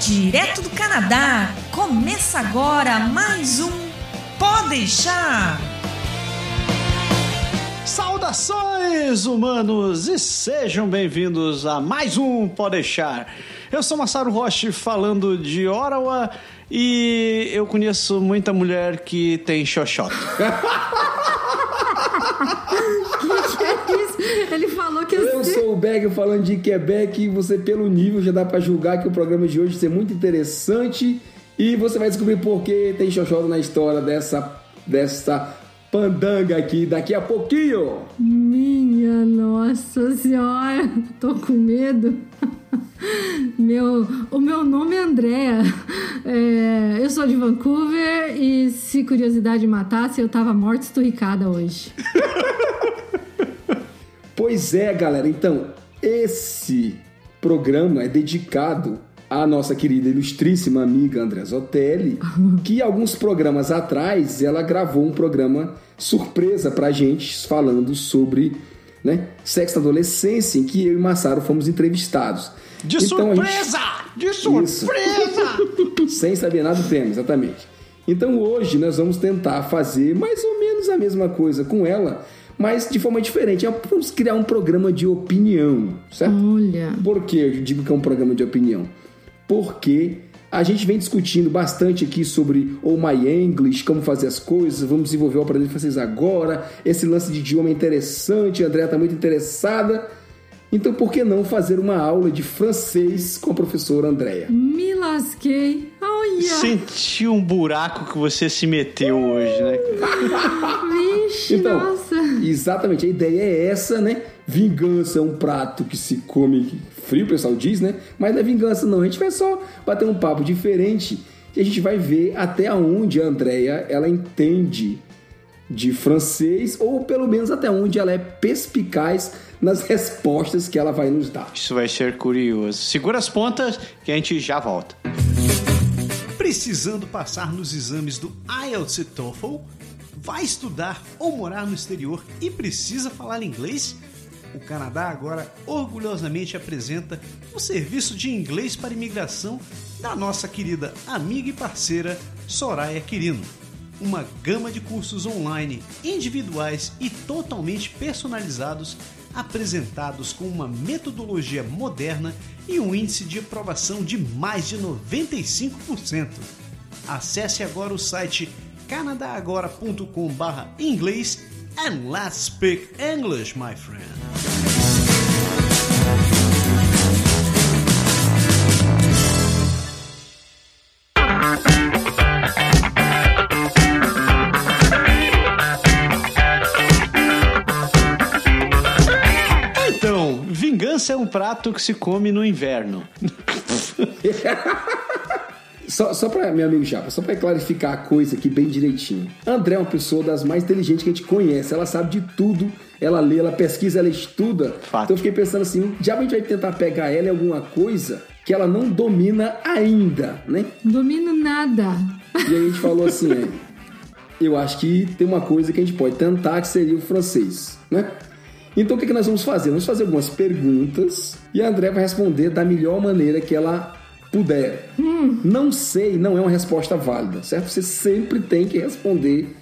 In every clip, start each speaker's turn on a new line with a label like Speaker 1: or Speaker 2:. Speaker 1: direto do Canadá. Começa agora mais um Pode deixar.
Speaker 2: Saudações, humanos, e sejam bem-vindos a mais um Pode Deixar. Eu sou Massaro Roche, falando de Orawa, e eu conheço muita mulher que tem xoxota.
Speaker 3: que é isso? Ele falou que
Speaker 4: Eu sou o Beg falando de Quebec e você, pelo nível, já dá pra julgar que o programa de hoje vai ser muito interessante e você vai descobrir por que tem xoxota na história dessa, dessa pandanga aqui daqui a pouquinho.
Speaker 3: Minha nossa senhora, tô com medo. Meu, o meu nome é Andréa. É, eu sou de Vancouver e se curiosidade matasse, eu tava morta esturricada hoje.
Speaker 4: Pois é, galera, então esse programa é dedicado à nossa querida ilustríssima amiga André Zotelli, que alguns programas atrás ela gravou um programa surpresa pra gente falando sobre né, sexo na adolescência, em que eu e Massaro fomos entrevistados.
Speaker 2: De
Speaker 4: Então, a gente-
Speaker 2: surpresa! De
Speaker 4: Isso.
Speaker 2: surpresa!
Speaker 4: sem saber nada do tema, exatamente. Então hoje nós vamos tentar fazer mais ou menos a mesma coisa com ela, mas de forma diferente. É, Vamos criar um programa de opinião,
Speaker 3: Hum.
Speaker 4: certo?
Speaker 3: Olha,
Speaker 4: Por que eu digo que é um programa de opinião? Porque a gente vem discutindo bastante aqui sobre Oh My English, como fazer as coisas, vamos desenvolver o aprender francês agora, esse lance de idioma é interessante, a Andrea está muito interessada. Então por que não fazer uma aula de francês com a professora Andrea?
Speaker 3: me lasquei. Olha,
Speaker 2: Senti um buraco que você se meteu hoje, né? cara?
Speaker 3: vixe,
Speaker 4: Então,
Speaker 3: nossa.
Speaker 4: Exatamente, a ideia é essa, né? Vingança é um prato que se come frio, o pessoal diz, né? Mas não é vingança, não. A gente vai só bater um papo diferente e a gente vai ver até onde a Andrea ela entende de francês ou pelo menos até onde ela é perspicaz nas respostas que ela vai nos dar.
Speaker 2: Isso vai ser curioso. Segura as pontas que a gente já volta.
Speaker 5: Precisando passar nos exames do IELTS e TOEFL? Vai estudar ou morar no exterior e precisa falar inglês? O Canadá agora orgulhosamente apresenta o serviço de inglês para imigração da nossa querida amiga e parceira Soraya Quirino. Uma gama de cursos online, individuais e totalmente personalizados, apresentados com uma metodologia moderna e um índice de aprovação de mais de 95%. Acesse agora o site canadagora.com barra inglês and let's speak English, my friend.
Speaker 2: Então, vingança é um prato que se come no inverno.
Speaker 4: Só, só para meu amigo Japa, só para clarificar a coisa aqui bem direitinho. André é uma pessoa das mais inteligentes que a gente conhece. Ela sabe de tudo. Ela lê, ela pesquisa, ela estuda.
Speaker 2: Fato.
Speaker 4: Então eu fiquei pensando assim, já a gente vai tentar pegar ela em alguma coisa que ela não domina ainda, né?
Speaker 3: Domino nada.
Speaker 4: E aí a gente falou assim, é, eu acho que tem uma coisa que a gente pode tentar, que seria o francês, né? Então o que, que nós vamos fazer? Vamos fazer algumas perguntas e a André vai responder da melhor maneira que ela puder. Não sei não é uma resposta válida, certo? Você sempre tem que responder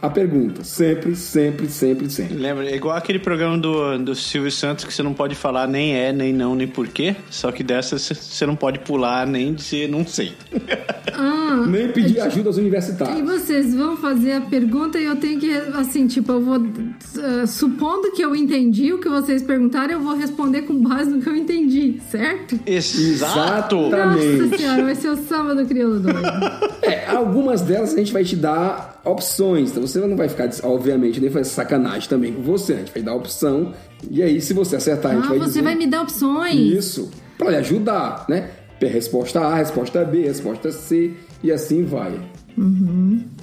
Speaker 4: a pergunta. Sempre, sempre, sempre, sempre.
Speaker 2: Lembra? É igual aquele programa do, do Silvio Santos que você não pode falar nem é, nem não, nem porquê. Só que dessa você- você não pode pular nem dizer não sei.
Speaker 3: Ah,
Speaker 4: Nem pedir ajuda aos
Speaker 3: E
Speaker 4: universitários.
Speaker 3: vocês vão fazer a pergunta e eu tenho que, assim, tipo, eu vou. eh, supondo que eu entendi o que vocês perguntaram, eu vou responder com base no que eu entendi, certo?
Speaker 2: Exato!
Speaker 4: Exata-
Speaker 3: Nossa
Speaker 4: Exatamente.
Speaker 3: senhora, vai ser o samba do crioulo doido.
Speaker 4: É, algumas delas a gente vai te dar opções. Então você não vai ficar, obviamente, nem fazer sacanagem também com você. A gente vai dar a opção. E aí, se você acertar, a gente
Speaker 3: Ah,
Speaker 4: vai
Speaker 3: você
Speaker 4: dizer
Speaker 3: vai me dar opções.
Speaker 4: isso pra lhe ajudar, né? Tem Resposta A, resposta B, resposta C e assim vai.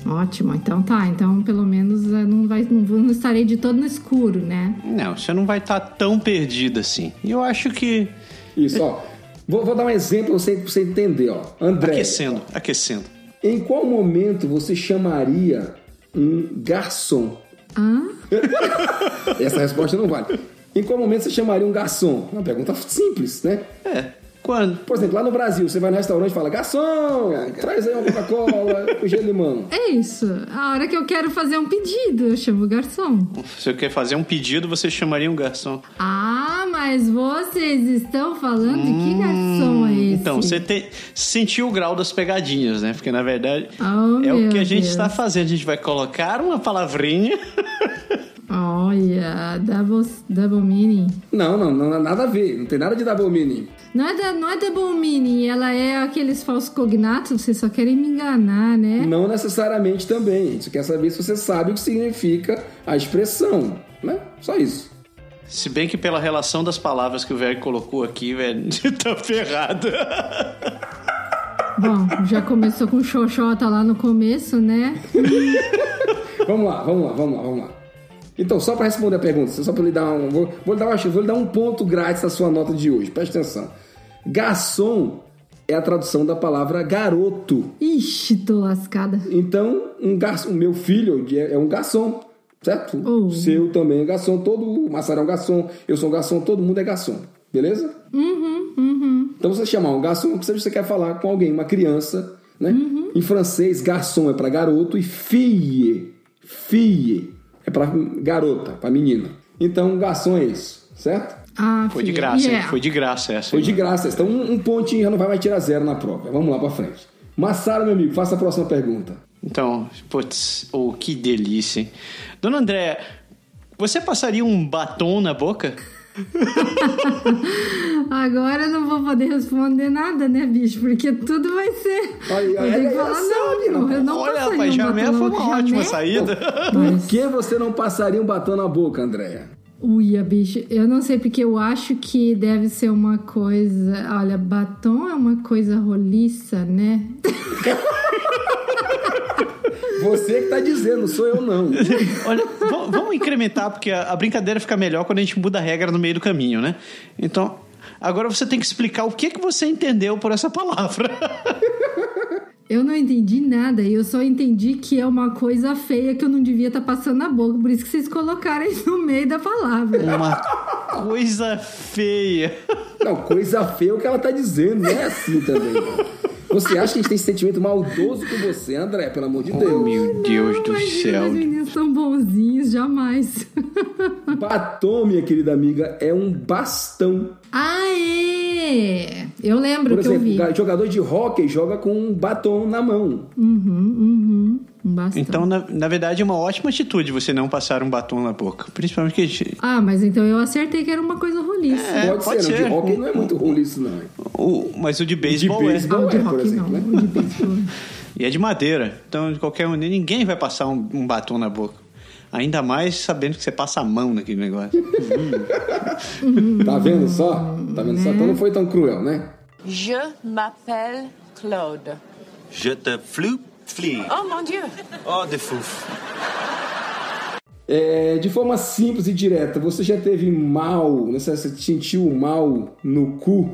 Speaker 3: Ótimo, então tá. Então pelo menos eh, não, vai, não, vou- não estarei de todo no escuro, né?
Speaker 2: Não, você não vai estar tão perdido assim. E eu acho que.
Speaker 4: Isso, ó. Vou, vou dar um exemplo pra você, pra você entender, ó.
Speaker 3: É.
Speaker 4: André,
Speaker 2: Aquecendo, aquecendo.
Speaker 4: em qual momento você chamaria um garçom?
Speaker 3: Ah,
Speaker 4: Essa resposta não vale. Em qual momento você chamaria um garçom? Uma pergunta simples, né?
Speaker 2: É. Quando?
Speaker 4: Por exemplo, lá no Brasil, você vai no restaurante e fala: garçom, traz aí uma Coca-Cola, o gelo e limão.
Speaker 3: É isso. A hora que eu quero fazer um pedido, eu chamo o garçom.
Speaker 2: Se você quer fazer um pedido, você chamaria um garçom.
Speaker 3: Ah, mas vocês estão falando de
Speaker 4: Hum,
Speaker 3: que garçom é esse?
Speaker 2: Então, você tem- sentiu o grau das pegadinhas, né? Porque, na verdade,
Speaker 3: Oh,
Speaker 2: é o
Speaker 3: meu
Speaker 2: que a gente
Speaker 3: Deus.
Speaker 2: está fazendo. A gente vai colocar uma palavrinha.
Speaker 3: Olha, double, double meaning.
Speaker 4: Não, não, não, nada a ver. Não tem nada de double meaning.
Speaker 3: Não é, da, não é double meaning, ela é aqueles falsos cognatos, vocês só querem me enganar, né?
Speaker 4: Não necessariamente também. A gente quer saber se você sabe o que significa a expressão, né? Só isso.
Speaker 2: Se bem que pela relação das palavras que o velho colocou aqui, velho, tá ferrado.
Speaker 3: Bom, já começou com xoxota lá no começo, né?
Speaker 4: Vamos lá, vamos lá, vamos lá, vamos lá. Então, só para responder a pergunta, só para lhe dar um, vou, vou lhe dar uma, vou lhe dar um ponto grátis da sua nota de hoje. Preste atenção. Garçom é a tradução da palavra garoto.
Speaker 3: Ixi, tô lascada.
Speaker 4: Então, um garçom, o meu filho é é um garçom, certo?
Speaker 3: Oh.
Speaker 4: O seu também é garçom, todo o Massaro é um garçom, eu sou um garçom, todo mundo é garçom, beleza?
Speaker 3: Uhum, uhum.
Speaker 4: Então você chamar um garçom, que seja você quer falar com alguém, uma criança, né?
Speaker 3: Uhum.
Speaker 4: Em francês, garçom é para garoto e fille, fille é para garota, para menina. Então, garçom é isso, certo?
Speaker 3: Ah,
Speaker 2: Foi de
Speaker 3: filha,
Speaker 2: graça, hein?
Speaker 3: yeah.
Speaker 2: Foi de graça essa.
Speaker 4: Foi
Speaker 2: hein?
Speaker 4: de graça, então um, um pontinho já não vai mais tirar zero na prova. Vamos lá para frente. Massaro, meu amigo, faça a próxima pergunta.
Speaker 2: Então, putz, oh, que delícia, hein? Dona Andréa, você passaria um batom na boca?
Speaker 3: Agora eu não vou poder responder nada, né, bicho? Porque tudo vai ser.
Speaker 4: Olha,
Speaker 3: eu tenho
Speaker 4: olha,
Speaker 3: que falar, não,
Speaker 4: olha só,
Speaker 3: não, eu não
Speaker 2: Olha,
Speaker 3: passaria
Speaker 2: rapaz,
Speaker 3: um
Speaker 2: já
Speaker 3: batom na
Speaker 2: foi
Speaker 3: boca,
Speaker 2: uma ótima
Speaker 3: jamé?
Speaker 2: saída.
Speaker 4: Por que você não passaria um batom na boca, Andréia?
Speaker 3: Uia, bicho, eu não sei porque eu acho que deve ser uma coisa. Olha, batom é uma coisa roliça, né?
Speaker 4: Você que tá dizendo, sou eu não.
Speaker 2: Olha, v- vamos incrementar, porque a, a brincadeira fica melhor quando a gente muda a regra no meio do caminho, né? Então, agora você tem que explicar o que, que você entendeu por essa palavra.
Speaker 3: Eu não entendi nada, eu só entendi que é uma coisa feia que eu não devia estar passando na boca, por isso que vocês colocaram aí no meio da palavra.
Speaker 2: Uma coisa feia.
Speaker 4: Não, coisa feia é o que ela tá dizendo, não é assim também. cara. Você acha que a gente tem esse sentimento maldoso com você, André? Pelo amor de Deus.
Speaker 2: Meu Deus
Speaker 3: Não,
Speaker 2: É, do
Speaker 3: imagina,
Speaker 2: céu.
Speaker 3: Os meninos são bonzinhos, jamais.
Speaker 4: Batom, minha querida amiga, é um bastão.
Speaker 3: Aê! Eu lembro
Speaker 4: Por
Speaker 3: que eu
Speaker 4: exemplo,
Speaker 3: vi.
Speaker 4: ga- jogador de hóquei joga com um batom na mão.
Speaker 3: Uhum, uhum. Um bastão.
Speaker 2: Então, na, na verdade, é uma ótima atitude você não passar um batom na boca. Principalmente que a gente-
Speaker 3: Ah, mas então eu acertei que era uma coisa roliça.
Speaker 2: É,
Speaker 4: pode,
Speaker 2: pode
Speaker 4: ser,
Speaker 2: ser.
Speaker 4: não. De hóquei não é muito rolo isso, não.
Speaker 2: o, mas o de beisebol é.
Speaker 4: beisebol.
Speaker 3: Ah, o de
Speaker 4: é, por
Speaker 3: rock
Speaker 4: exemplo,
Speaker 3: não,
Speaker 4: né?
Speaker 3: o de beisebol.
Speaker 2: E é de madeira. Então, de qualquer um, ninguém vai passar um, um batom na boca. Ainda mais sabendo que você passa a mão naquele negócio.
Speaker 4: Tá vendo só? Tá vendo só? Então não foi tão cruel, né?
Speaker 6: Je m'appelle Claude.
Speaker 7: Je te flu flee.
Speaker 6: Oh mon Dieu!
Speaker 7: Oh, de fouf.
Speaker 4: É, de forma simples e direta, você já teve mal, né? você sentiu mal no cu?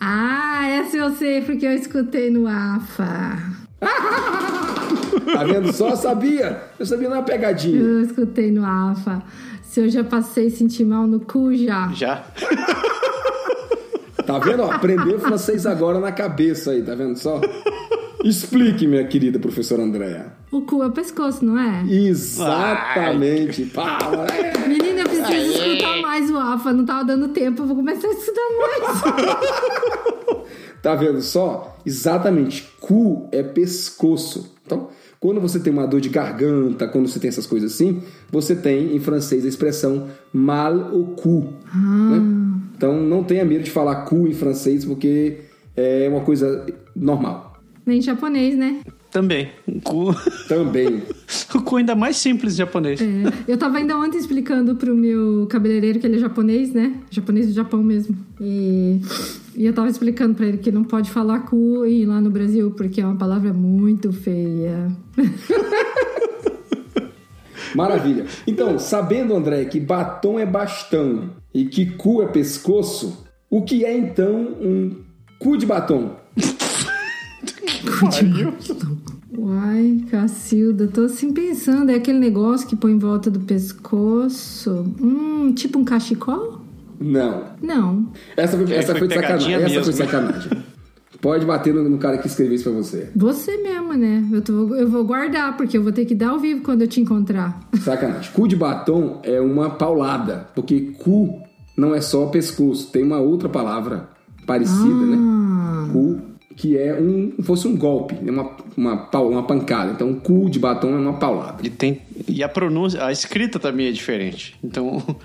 Speaker 3: Ah, essa eu sei porque eu escutei no AFA.
Speaker 4: Tá vendo só? Eu sabia! Eu sabia na pegadinha.
Speaker 3: Eu escutei no AFA. Se eu já passei e senti mal no cu, já.
Speaker 2: Já.
Speaker 4: Tá vendo? ó? Aprender francês agora na cabeça aí, tá vendo só? Explique, minha querida professora Andréa.
Speaker 3: O cu é o pescoço, não é?
Speaker 4: Exatamente. Fala. É.
Speaker 3: Menina, eu preciso escutar mais o AFA. Não tava dando tempo, eu vou começar a escutar mais.
Speaker 4: Tá vendo só? Exatamente. Cu é pescoço. Então, quando você tem uma dor de garganta, quando você tem essas coisas assim, você tem em francês a expressão mal o cu.
Speaker 3: Ah,
Speaker 4: né? Então, não tenha medo de falar cu em francês, porque é uma coisa normal.
Speaker 3: Nem japonês, né?
Speaker 2: Também. O cu,
Speaker 4: Também.
Speaker 2: o cu ainda mais simples japonês.
Speaker 3: É. Eu tava ainda ontem explicando pro meu cabeleireiro que ele é japonês, né? Japonês do Japão mesmo. E, e eu tava explicando pra ele que não pode falar cu e lá no Brasil, porque é uma palavra muito feia.
Speaker 4: Maravilha. Então, sabendo, André, que batom é bastão e que cu é pescoço, o que é então um cu de batom?
Speaker 3: Uai, Cacilda, tô assim pensando. É aquele negócio que põe em volta do pescoço. Hum, tipo um cachecol?
Speaker 4: Não.
Speaker 3: Não.
Speaker 4: Essa foi, essa
Speaker 2: foi
Speaker 4: foi de sacanagem.
Speaker 2: pegadinha mesmo.
Speaker 4: Essa foi sacanagem. Pode bater no, no cara que escreveu isso pra você.
Speaker 3: Você mesma, né? Eu, tô- eu vou guardar, porque eu vou ter que dar ao vivo quando eu te encontrar.
Speaker 4: Sacanagem. Cu de batom é uma paulada, porque cu não é só pescoço, tem uma outra palavra
Speaker 3: Ah.
Speaker 4: parecida, né? Cu, que é um. fosse um golpe, né? uma, uma, pau- uma pancada. Então, cu de batom é uma paulada.
Speaker 2: E, tem, e a pronúncia, a escrita também é diferente. Então,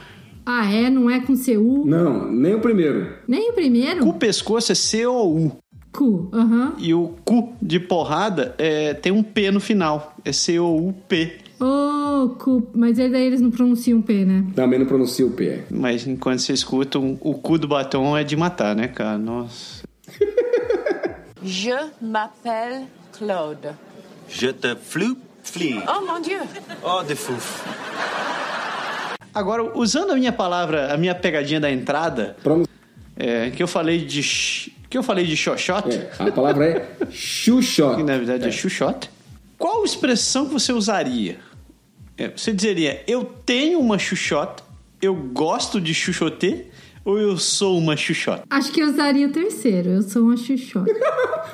Speaker 3: Ah, é? Não é com CU?
Speaker 4: Não, nem o primeiro.
Speaker 3: Nem o primeiro?
Speaker 2: cu pescoço é C-O-U.
Speaker 3: Cu. Aham.
Speaker 2: E o cu de porrada é, tem um P no final. É C-O-U-P.
Speaker 3: Ô, cu. Mas aí daí eles não pronunciam P, né?
Speaker 4: Também não pronuncia o é. pé.
Speaker 2: Mas enquanto você escuta, um- o cu do batom é de matar, né, cara? Nossa.
Speaker 6: Je m'appelle Claude.
Speaker 7: Je te floop flee.
Speaker 6: Oh mon Dieu.
Speaker 7: Oh, de fouf.
Speaker 2: Agora, usando a minha palavra, a minha pegadinha da entrada,
Speaker 4: Pronun-
Speaker 2: é, que eu falei de. ch- Que eu falei de xoxota,
Speaker 4: É, a palavra é chuchota.
Speaker 2: que na verdade é, chuchota. Qual expressão que você usaria? É, você dizeria, eu tenho uma chuchota, eu gosto de chuchotê, ou eu sou uma chuchota?
Speaker 3: Acho que eu usaria o terceiro. Eu sou uma xuxota.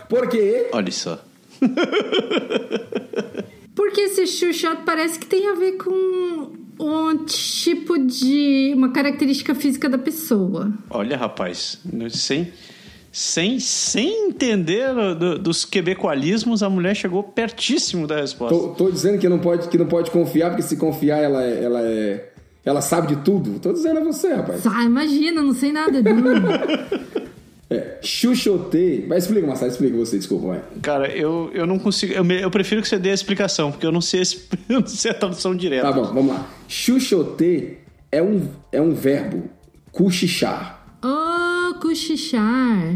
Speaker 4: Porque
Speaker 2: Olha só.
Speaker 3: Porque esse chuchote parece que tem a ver com um tipo de. uma característica física da pessoa.
Speaker 2: Olha, rapaz, né, sem, sem, sem entender o- do- dos quebecoalismos, a mulher chegou pertíssimo da resposta.
Speaker 4: tô, tô dizendo que não, pode, que não pode confiar, porque se confiar ela é. Ela, é, ela sabe de tudo. Tô dizendo a você, rapaz.
Speaker 3: Ah, imagina, não sei nada um. disso.
Speaker 4: É, chuchotei. Vai, explica, Marcelo, explica você, desculpa, vai.
Speaker 2: Cara, eu, eu não consigo. Eu, me- eu prefiro que você dê a explicação, porque eu não sei, esse- eu não sei a tradução direta.
Speaker 4: Tá bom, vamos lá. Chuchotê é um, é um verbo, cochichar.
Speaker 3: Ô, cochichar.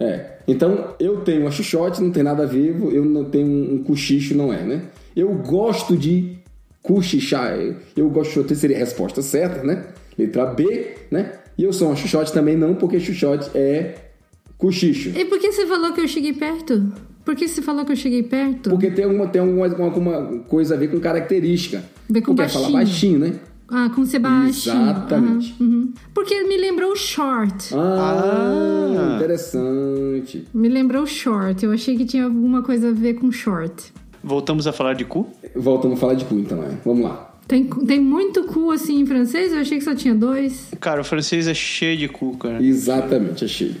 Speaker 4: É. Então, eu tenho uma chuchote, não tem nada a ver, eu não tenho um, um cochicho, não é, né? Eu gosto de cochichar. Eu gosto de chuchotê seria a resposta certa, né? Letra B, né? E eu sou uma chuchote também não, porque chuchote é cochicho.
Speaker 3: E por que você falou que eu cheguei perto? Por que você falou que eu cheguei perto?
Speaker 4: Porque tem alguma, tem alguma, alguma coisa a ver com característica.
Speaker 3: Ver com
Speaker 4: porque é falar
Speaker 3: baixinho.
Speaker 4: baixinho, né?
Speaker 3: Ah, com Sebastião.
Speaker 4: Exatamente.
Speaker 3: Ah, uhum. Porque me lembrou short.
Speaker 4: Ah, interessante.
Speaker 3: Me lembrou short. Eu achei que tinha alguma coisa a ver com short.
Speaker 2: Voltamos a falar de cu?
Speaker 4: Voltamos a falar de cu, então, é. Vamos lá.
Speaker 3: Tem, tem muito cu assim em francês? Eu achei que só tinha dois.
Speaker 2: Cara, o francês é cheio de cu, cara.
Speaker 4: Exatamente, achei.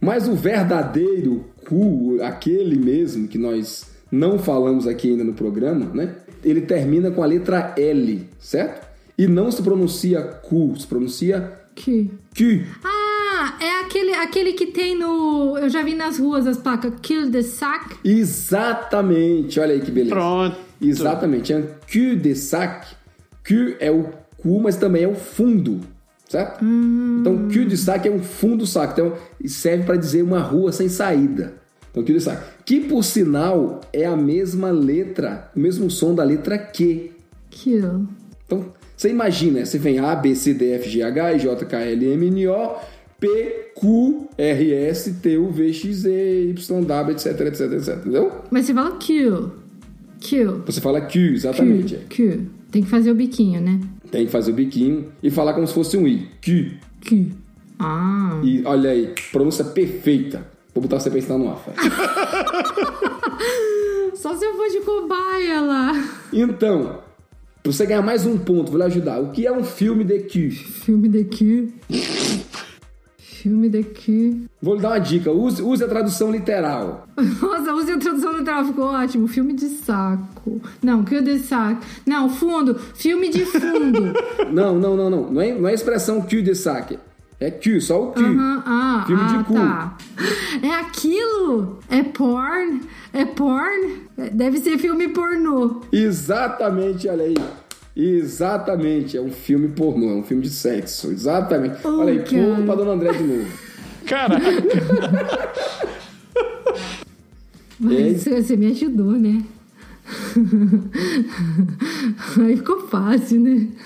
Speaker 4: Mas o verdadeiro cu, aquele mesmo que nós não falamos aqui ainda no programa, né? Ele termina com a letra L, certo? E não se pronuncia cu, se pronuncia
Speaker 3: Que.
Speaker 4: que.
Speaker 3: Ah, é aquele, aquele que tem no. Eu já vi nas ruas as placas Kill the Sac.
Speaker 4: Exatamente, olha aí que beleza.
Speaker 2: Pronto.
Speaker 4: Exatamente, é um cul de sac. Cul é o cu, mas também é o fundo, certo? Então, cul de sac é um fundo do saco. Então, serve para dizer uma rua sem saída. Então, cul de sac. Que, por sinal, é a mesma letra, o mesmo som da letra Q.
Speaker 3: Kill.
Speaker 4: Então, você imagina, você vem A, B, C, D, F, G, H, I, J, K, L, M, N, O, P, Q, R, S, T, U, V, X, E, Y, W, etc, etc, etc, entendeu?
Speaker 3: Mas você fala kill. Kill.
Speaker 4: Você fala Q,
Speaker 3: Tá
Speaker 4: exatamente.
Speaker 3: Kill. Kill. Tem que fazer o biquinho, né?
Speaker 4: Tem que fazer o biquinho e falar como se fosse um I. Q.
Speaker 3: Kill. Ah.
Speaker 4: E olha aí, pronúncia perfeita. Vou botar você pra ensinar no ar. Fábio.
Speaker 3: Só se eu for de cobaia lá.
Speaker 4: Então, pra você ganhar mais um ponto, vou lhe ajudar. O que é um filme de Q?
Speaker 3: Filme de Q. Filme de Q.
Speaker 4: Vou lhe dar uma dica. Use, use a tradução literal.
Speaker 3: Nossa, use a tradução literal, ficou ótimo. Filme de saco. Não, kill the sac. Não, fundo. Filme de fundo.
Speaker 4: Não, não, não, não. Não é, não é a expressão Q de saque. É Q, só o Q.
Speaker 3: Aham, ah,
Speaker 4: Filme de
Speaker 3: ah,
Speaker 4: cu.
Speaker 3: tá. É aquilo? É porn? É porn? Deve ser filme pornô.
Speaker 4: Exatamente, olha aí. Exatamente, é um filme pornô, é um filme de sexo. Exatamente.
Speaker 3: Oh,
Speaker 4: olha aí,
Speaker 3: cara.
Speaker 4: ponto pra Dona André de novo.
Speaker 2: Caraca!
Speaker 3: Mas você me ajudou, né? Aí ficou fácil, né? E aí,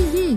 Speaker 3: Uhum,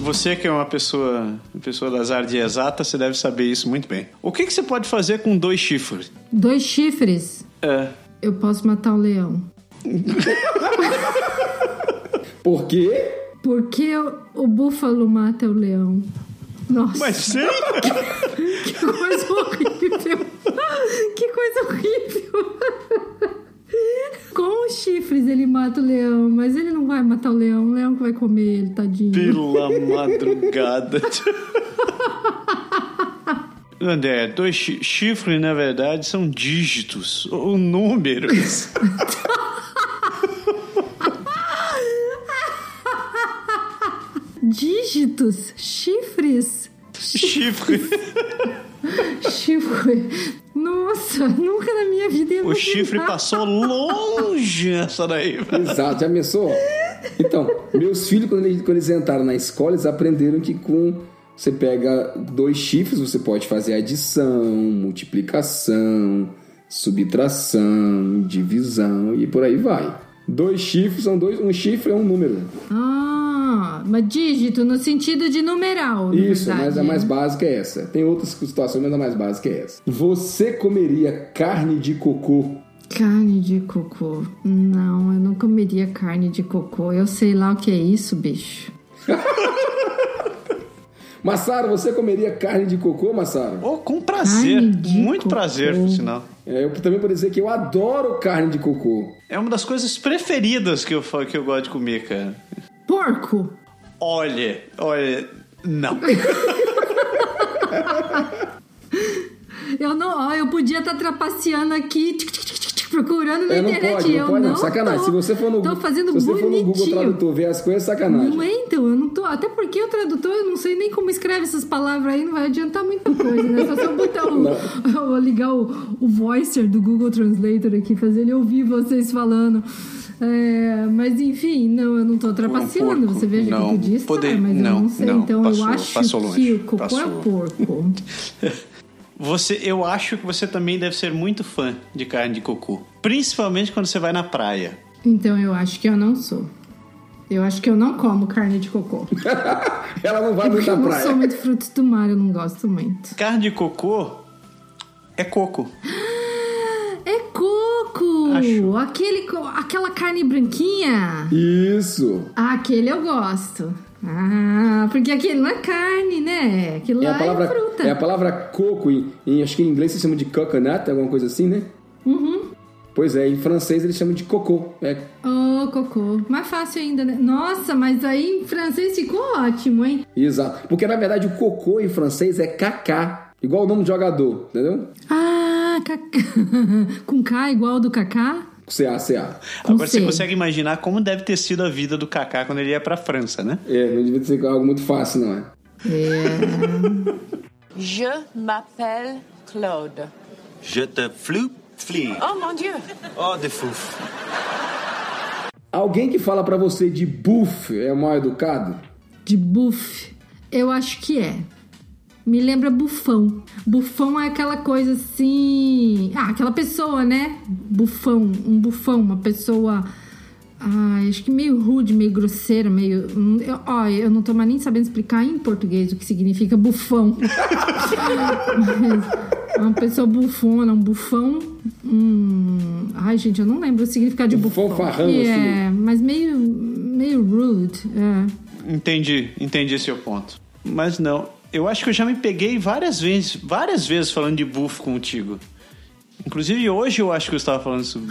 Speaker 2: Você que é uma pessoa, uma pessoa das áreas exatas, você deve saber isso muito bem. O que, que você pode fazer com dois chifres?
Speaker 3: Dois chifres,
Speaker 2: É.
Speaker 3: eu posso matar o leão.
Speaker 4: Por quê?
Speaker 3: Por que o- o búfalo mata o leão? Nossa,
Speaker 2: Mas sei.
Speaker 3: que coisa horrível! que coisa horrível! Com os chifres ele mata o leão, mas ele não vai matar o leão, o leão que vai comer ele, tadinho.
Speaker 2: Pela madrugada. André, dois chi- chifres, na verdade, são dígitos ou números.
Speaker 3: Dígitos, chifres,
Speaker 2: Chifre.
Speaker 3: chifre. Nossa, nunca na minha vida ia
Speaker 2: O chifre
Speaker 3: imaginar.
Speaker 2: passou longe essa daí.
Speaker 4: Exato, já pensou? Então, meus filhos, quando eles, quando eles entraram na escola, eles aprenderam que com. Você pega dois chifres, você pode fazer adição, multiplicação, subtração, divisão e por aí vai. Dois chifres são dois. Um chifre é um número.
Speaker 3: Ah, mas dígito no sentido de numeral, na
Speaker 4: Isso,
Speaker 3: verdade.
Speaker 4: mas a
Speaker 3: né?
Speaker 4: mais básica é essa. Tem outras situações, mas a mais básica é essa. Você comeria carne de cocô?
Speaker 3: Carne de cocô. Não, eu não comeria carne de cocô. Eu sei lá o que é isso, bicho.
Speaker 4: Massaro, você comeria carne de cocô, Massaro?
Speaker 2: Oh, com prazer.
Speaker 3: Ai, de
Speaker 2: Muito
Speaker 3: cocô.
Speaker 2: prazer, por sinal.
Speaker 4: É, eu também vou dizer que eu adoro carne de cocô.
Speaker 2: É uma das coisas preferidas que eu, fa- que eu gosto de comer, cara.
Speaker 3: Porco!
Speaker 2: Olha, olha. Não.
Speaker 3: Eu não, ó, eu podia estar trapaceando aqui, tic, tic, tic, tic, tic, procurando na
Speaker 4: É, não
Speaker 3: internet.
Speaker 4: pode, não
Speaker 3: eu
Speaker 4: pode,
Speaker 3: não.
Speaker 4: não. Sacanagem.
Speaker 3: tô.
Speaker 4: se você for no,
Speaker 3: tô fazendo
Speaker 4: se você for no
Speaker 3: bonitinho.
Speaker 4: Google Tradutor ver as coisas, é sacanagem.
Speaker 3: Não é, então, eu não tô. Até porque o tradutor, eu não sei nem como escreve essas palavras aí, não vai adiantar muita coisa, né? Só se eu botar o. Eu vou ligar o, o voicer do Google Translator aqui, fazer ele ouvir vocês falando. É, mas enfim, não, eu não tô trapaceando.
Speaker 2: porco.
Speaker 3: você veja
Speaker 2: Não,
Speaker 3: que eu podia estar,
Speaker 2: poder-
Speaker 3: mas eu
Speaker 2: não,
Speaker 3: não sei.
Speaker 2: não,
Speaker 3: então
Speaker 2: passou,
Speaker 3: eu acho
Speaker 2: passou longe,
Speaker 3: que o cocô
Speaker 2: passou.
Speaker 3: é porco.
Speaker 2: Você, eu acho que você também deve ser muito fã de carne de cocô. Principalmente quando você vai na praia.
Speaker 3: Então eu acho que eu não sou. Eu acho que eu não como carne de cocô.
Speaker 4: Ela não vai
Speaker 3: É Porque
Speaker 4: muito à
Speaker 3: eu não sou
Speaker 4: praia.
Speaker 3: muito frutos do mar, eu não gosto muito.
Speaker 2: Carne de cocô é coco.
Speaker 3: É coco!
Speaker 2: Acho.
Speaker 3: Aquele, co- aquela carne branquinha.
Speaker 4: Isso.
Speaker 3: Ah, aquele eu gosto. Ah, porque aquele não é carne, né? Aquilo
Speaker 4: É
Speaker 3: lá
Speaker 4: a, palavra,
Speaker 3: é fruta.
Speaker 4: é a palavra coco, em, em- acho que em inglês se chama de coconut, alguma coisa assim, né?
Speaker 3: Uhum.
Speaker 4: Pois é, em francês eles chamam de cocô. É,
Speaker 3: Oh, cocô. Mais fácil ainda, né? Nossa, mas aí em francês ficou ótimo, hein?
Speaker 4: exato. Porque na verdade o cocô em francês é cacá. Igual o nome do jogador, entendeu?
Speaker 3: Ah, cacá. com K igual do Kaká?
Speaker 4: CA, CA.
Speaker 3: Com
Speaker 2: Agora você
Speaker 3: C.
Speaker 2: consegue imaginar como deve ter sido a vida do Kaká quando ele ia pra França, né?
Speaker 4: É, não devia ser algo muito fácil, não é?
Speaker 6: Je m'appelle Claude.
Speaker 7: Je te floop flee.
Speaker 6: Oh mon Dieu.
Speaker 7: Oh, de fouf.
Speaker 4: Alguém que fala pra você de buff é mal educado?
Speaker 3: De buff. Eu acho que é. Me lembra bufão. Bufão é aquela coisa assim. Ah, aquela pessoa, né? Bufão. Um bufão, uma pessoa. Ah, acho que meio rude, meio grosseira, meio. hum, eu- Ó, eu, não tô mais nem sabendo explicar em português o que significa bufão. Mas uma pessoa bufona, um bufão. Hum... Ai, gente, eu não lembro o significado de
Speaker 4: Um
Speaker 3: bufão.
Speaker 4: fanfarrão,
Speaker 3: Que é, mas meio. meio rude. É.
Speaker 2: Entendi, entendi seu ponto. Mas não, eu acho que eu já me peguei várias vezes, várias vezes falando de bufo contigo. Inclusive hoje eu
Speaker 3: Ah,
Speaker 2: acho que eu estava falando sobre.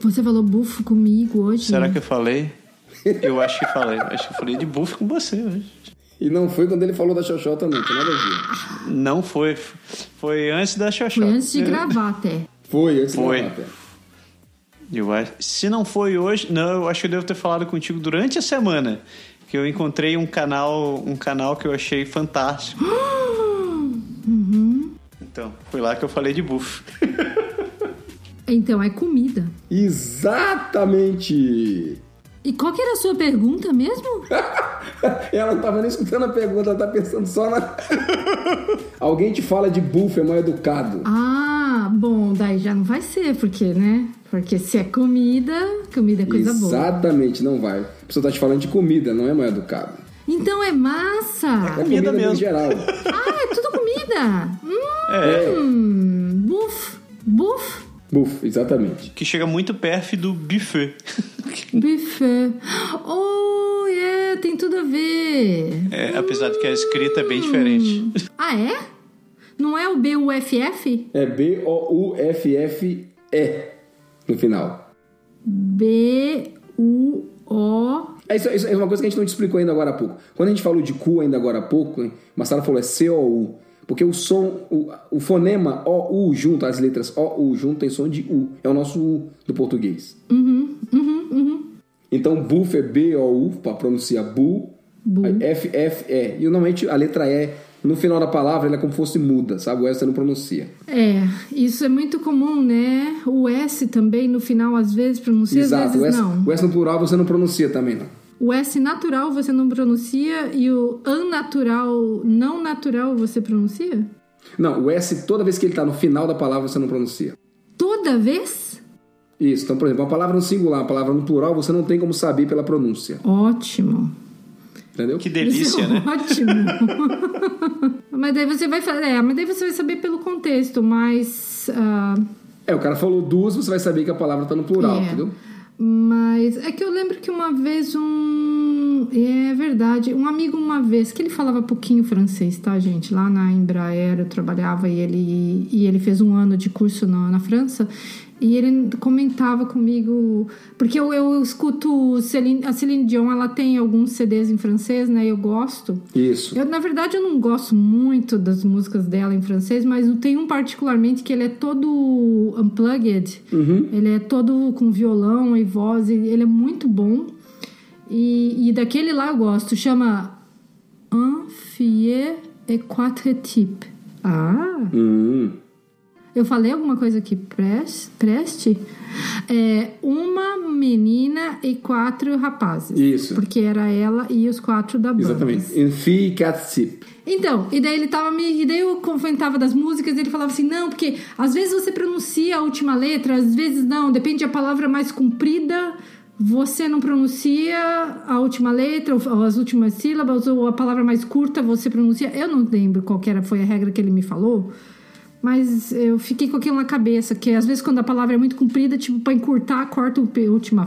Speaker 3: Você falou bufo comigo hoje? né?
Speaker 2: Será que eu falei? Eu acho que falei. Acho que eu falei de buff com você. né?
Speaker 4: E não foi quando ele falou da Xoxota, não, tem nada a ver.
Speaker 2: Não foi. Foi antes da Xoxota.
Speaker 3: Foi antes de gravar até.
Speaker 4: Foi, antes
Speaker 2: Foi.
Speaker 4: da Renata.
Speaker 2: Eu acho- Se não foi hoje, não, eu acho que eu devo ter falado contigo durante a semana que eu encontrei um canal, um canal que eu achei fantástico.
Speaker 3: Uhum.
Speaker 2: Então, foi lá que eu falei de buff.
Speaker 3: Então, é comida.
Speaker 4: Exatamente!
Speaker 3: E qual que era a sua pergunta mesmo?
Speaker 4: Ela não tava nem escutando a pergunta, ela tá pensando só na. Alguém te fala de buff, é mal educado.
Speaker 3: Ah, bom, daí já não vai ser, porque, né? Porque se é comida, comida é coisa boa.
Speaker 4: Exatamente, não vai. A pessoa tá te falando de comida, não é mal educado.
Speaker 3: Então é massa!
Speaker 4: É
Speaker 2: Comida
Speaker 4: comida,
Speaker 2: mesmo.
Speaker 4: em geral.
Speaker 3: Ah, é tudo comida!
Speaker 2: É,
Speaker 3: Hum, buf, buf,
Speaker 4: Buff, exatamente.
Speaker 2: que chega muito perto do buffet.
Speaker 3: buffet. Oh, yeah, tem tudo a ver.
Speaker 2: É, apesar de que a escrita é bem diferente.
Speaker 3: Ah, é? Não é o B-U-F-F?
Speaker 4: É B-O-U-F-F-E no final.
Speaker 3: B-U-O...
Speaker 4: É isso, isso é uma coisa que a gente não te explicou ainda agora há pouco. Quando a gente falou de cu ainda agora há pouco, hein, Massara falou é C-O-U. Porque o som, o, o fonema O-U junto, as letras O-U junto, tem som de U. É o nosso U do português. Uhum, uhum, uhum. Então, buff é B-O-U, pra pronunciar bu,
Speaker 3: Bu.
Speaker 4: aí F-F-E. E normalmente a letra E, no final da palavra, ela é como se fosse muda, sabe? O S você não pronuncia.
Speaker 3: É, isso é muito comum, né? O S também no final às vezes pronuncia, às
Speaker 4: Exato. O
Speaker 3: vezes
Speaker 4: S,
Speaker 3: não.
Speaker 4: o S no plural você não pronuncia também, não.
Speaker 3: O S natural você não pronuncia e o annatural, não natural você pronuncia?
Speaker 4: Não, o S, toda vez que ele tá no final da palavra, você não pronuncia.
Speaker 3: Toda vez?
Speaker 4: Isso, então, por exemplo, uma palavra no singular, uma palavra no plural, você não tem como saber pela pronúncia,
Speaker 3: Ótimo.
Speaker 4: entendeu?
Speaker 2: Que delícia,
Speaker 3: Isso é
Speaker 2: né?
Speaker 3: Ótimo. mas daí você vai fazer, é, mas daí você vai saber pelo contexto, mas ah,
Speaker 4: É, o cara falou duas, você vai saber que a palavra tá no plural,
Speaker 3: É.
Speaker 4: entendeu?
Speaker 3: Mas é que eu lembro que uma vez um. É verdade, um amigo uma vez, que ele falava pouquinho francês, tá, gente? Lá na Embraer eu trabalhava e ele, e ele fez um ano de curso na, na França. E ele comentava comigo. Porque eu, eu escuto Celine- a Celine Dion, ela tem alguns CDs em francês, né? Eu gosto.
Speaker 4: Isso.
Speaker 3: Eu, na verdade, eu não gosto muito das músicas dela em francês, mas tem um particularmente que ele é todo unplugged.
Speaker 4: Uhum.
Speaker 3: Ele é todo com violão e voz, e ele é muito bom. E, e daquele lá eu gosto, chama Un Fier et Quatre Types. Ah!
Speaker 4: Hum,
Speaker 3: Eu falei alguma coisa que preste? preste? É, uma menina e quatro rapazes.
Speaker 4: Isso.
Speaker 3: Porque era ela e os quatro da banda.
Speaker 4: exatamente. Enfi katsip.
Speaker 3: Então, e daí ele tava me. E daí eu comentava das músicas e ele falava assim: não, porque às vezes você pronuncia a última letra, às vezes não, depende da palavra mais comprida, você não pronuncia a última letra, ou- ou as últimas sílabas, ou a palavra mais curta você pronuncia. Eu não lembro qual que era, foi a regra que ele me falou, mas eu fiquei com aquilo na cabeça, que às vezes quando a palavra é muito comprida, tipo, pra encurtar, corta o pe- última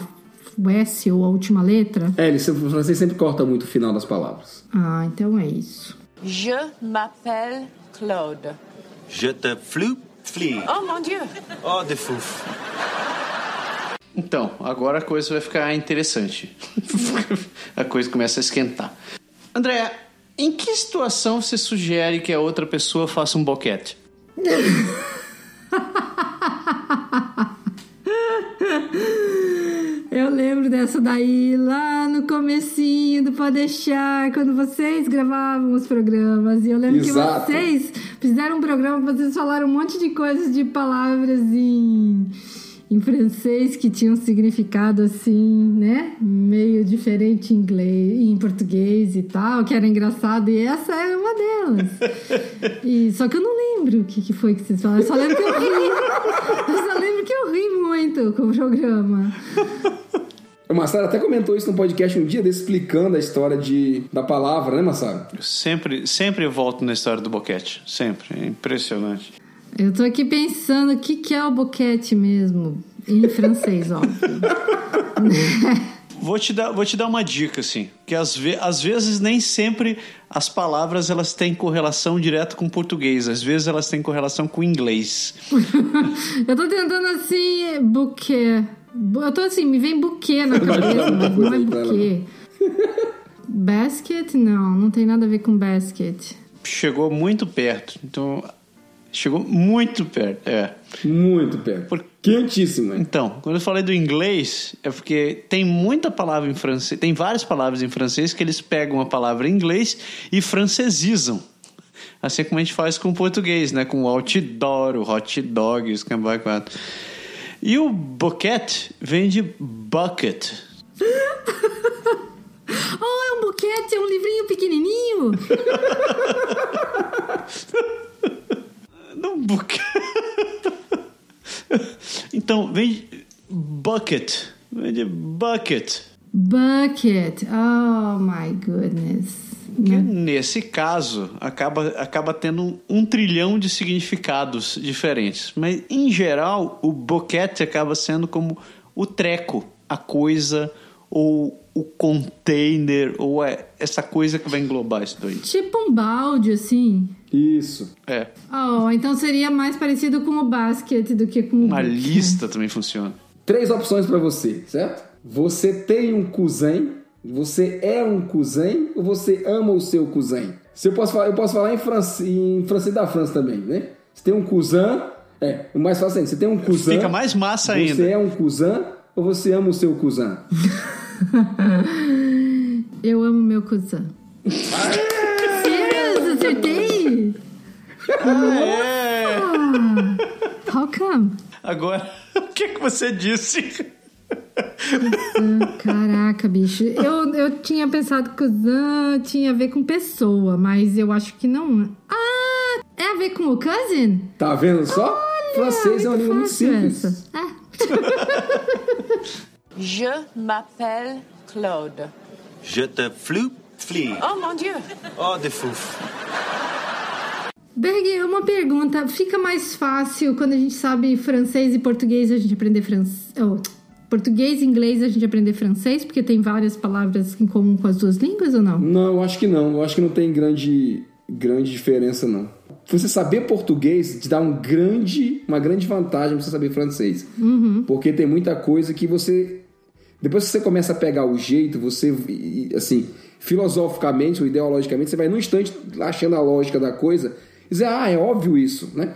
Speaker 3: o S ou a última letra.
Speaker 4: É, ele, sempre- o francês sempre corta muito o final das palavras.
Speaker 3: Ah, então é isso.
Speaker 6: Je m'appelle Claude.
Speaker 7: Je te floop flee.
Speaker 6: Oh mon Dieu.
Speaker 7: Oh, de fouf.
Speaker 2: Então, agora a coisa vai ficar interessante. a coisa começa a esquentar. André, em que situação você sugere que a outra pessoa faça um boquete?
Speaker 3: Eu lembro dessa daí lá no comecinho do Pode Deixar, quando vocês gravavam os programas. E eu lembro
Speaker 4: Exato.
Speaker 3: que vocês fizeram um programa que vocês falaram um monte de coisas de palavras em, em francês que tinham significado assim, né? Meio diferente em inglês, em português e tal, que era engraçado. E essa era uma delas. E, só que eu não lembro o que, que foi que vocês falaram. Eu só lembro que eu ri. Eu só lembro que eu ri muito com o programa.
Speaker 4: O Massara até comentou isso no podcast um dia desse, explicando a história de, da palavra, né, Massara?
Speaker 2: Eu sempre, sempre volto na história do boquete. Sempre. É impressionante.
Speaker 3: Eu tô aqui pensando o que, que é o boquete mesmo. Em francês, óbvio.
Speaker 2: Vou te dar, vou te dar uma dica, assim. Que às, ve às vezes nem sempre as palavras elas têm correlação direta com o português. Às vezes elas têm correlação com o inglês.
Speaker 3: Eu tô tentando assim, buquê. Eu tô assim, me vem buquê na cabeça, mas não é buquê. Basket? Não, não tem nada a ver com basket.
Speaker 2: Chegou muito perto. Então, chegou muito perto. É.
Speaker 4: Muito perto. né?
Speaker 2: Por-
Speaker 4: Quentíssima.
Speaker 2: Então, quando eu falei do inglês, é porque tem muita palavra em francês, tem várias palavras em francês que eles pegam a palavra em inglês e francesizam. Assim como a gente faz com o português, né? Com o outdoor, o hot dog, o escambai quatro. E o boquete vem de bucket.
Speaker 3: Oh, é um buquete, é um livrinho pequenininho.
Speaker 2: Não, buquete. então, vem de bucket. Vem de bucket.
Speaker 3: Bucket. Oh my goodness.
Speaker 2: Que, nesse caso, acaba, acaba tendo um, um trilhão de significados diferentes. Mas, em geral, o boquete acaba sendo como o treco, a coisa, ou o container, ou é essa coisa que vai englobar isso daí.
Speaker 3: Tipo um balde, assim.
Speaker 4: Isso.
Speaker 2: É,
Speaker 3: Oh, então seria mais parecido com o basket do que com o
Speaker 2: uma
Speaker 3: buquê.
Speaker 2: lista também funciona.
Speaker 4: Três opções pra você, certo? Você tem um cousin, você é um cousin ou você ama o seu cousin? Se eu posso falar, eu posso falar em, france, em francês da França também, né? Você tem um cousin, é, o mais fácil ainda. Você tem um cousin.
Speaker 2: Fica mais massa ainda.
Speaker 4: Você é um cousin ou você ama o seu cousin?
Speaker 3: Eu amo meu cousin. Serious, acertei?
Speaker 2: É.
Speaker 3: Ah, how come?
Speaker 2: Agora, o que, que você disse?
Speaker 3: Ah, Caraca, bicho. Eu, eu tinha pensado que cousin tinha a ver com pessoa, mas eu acho que não. Ah, é a ver com o cousin?
Speaker 4: Tá vendo só? francês é um língua muito
Speaker 3: fácil
Speaker 4: simples.
Speaker 3: essa. Ah,
Speaker 6: Je m'appelle Claude.
Speaker 7: Je te floep flee.
Speaker 6: Oh mon Dieu.
Speaker 7: Oh, de fouf.
Speaker 3: Berg, é uma pergunta. Fica mais fácil quando a gente sabe francês e português a gente aprender francês. português e inglês a gente aprender francês, porque tem várias palavras em comum com as duas línguas ou não?
Speaker 4: Não, eu acho que não. Eu acho que não tem grande, grande diferença, não. Você saber português te dá um grande, uma grande vantagem pra você saber francês. Porque tem muita coisa que você. Depois que você começa a pegar o jeito, você, e, assim, filosoficamente ou ideologicamente, você vai num instante achando a lógica da coisa e dizer, ah, é óbvio isso, né?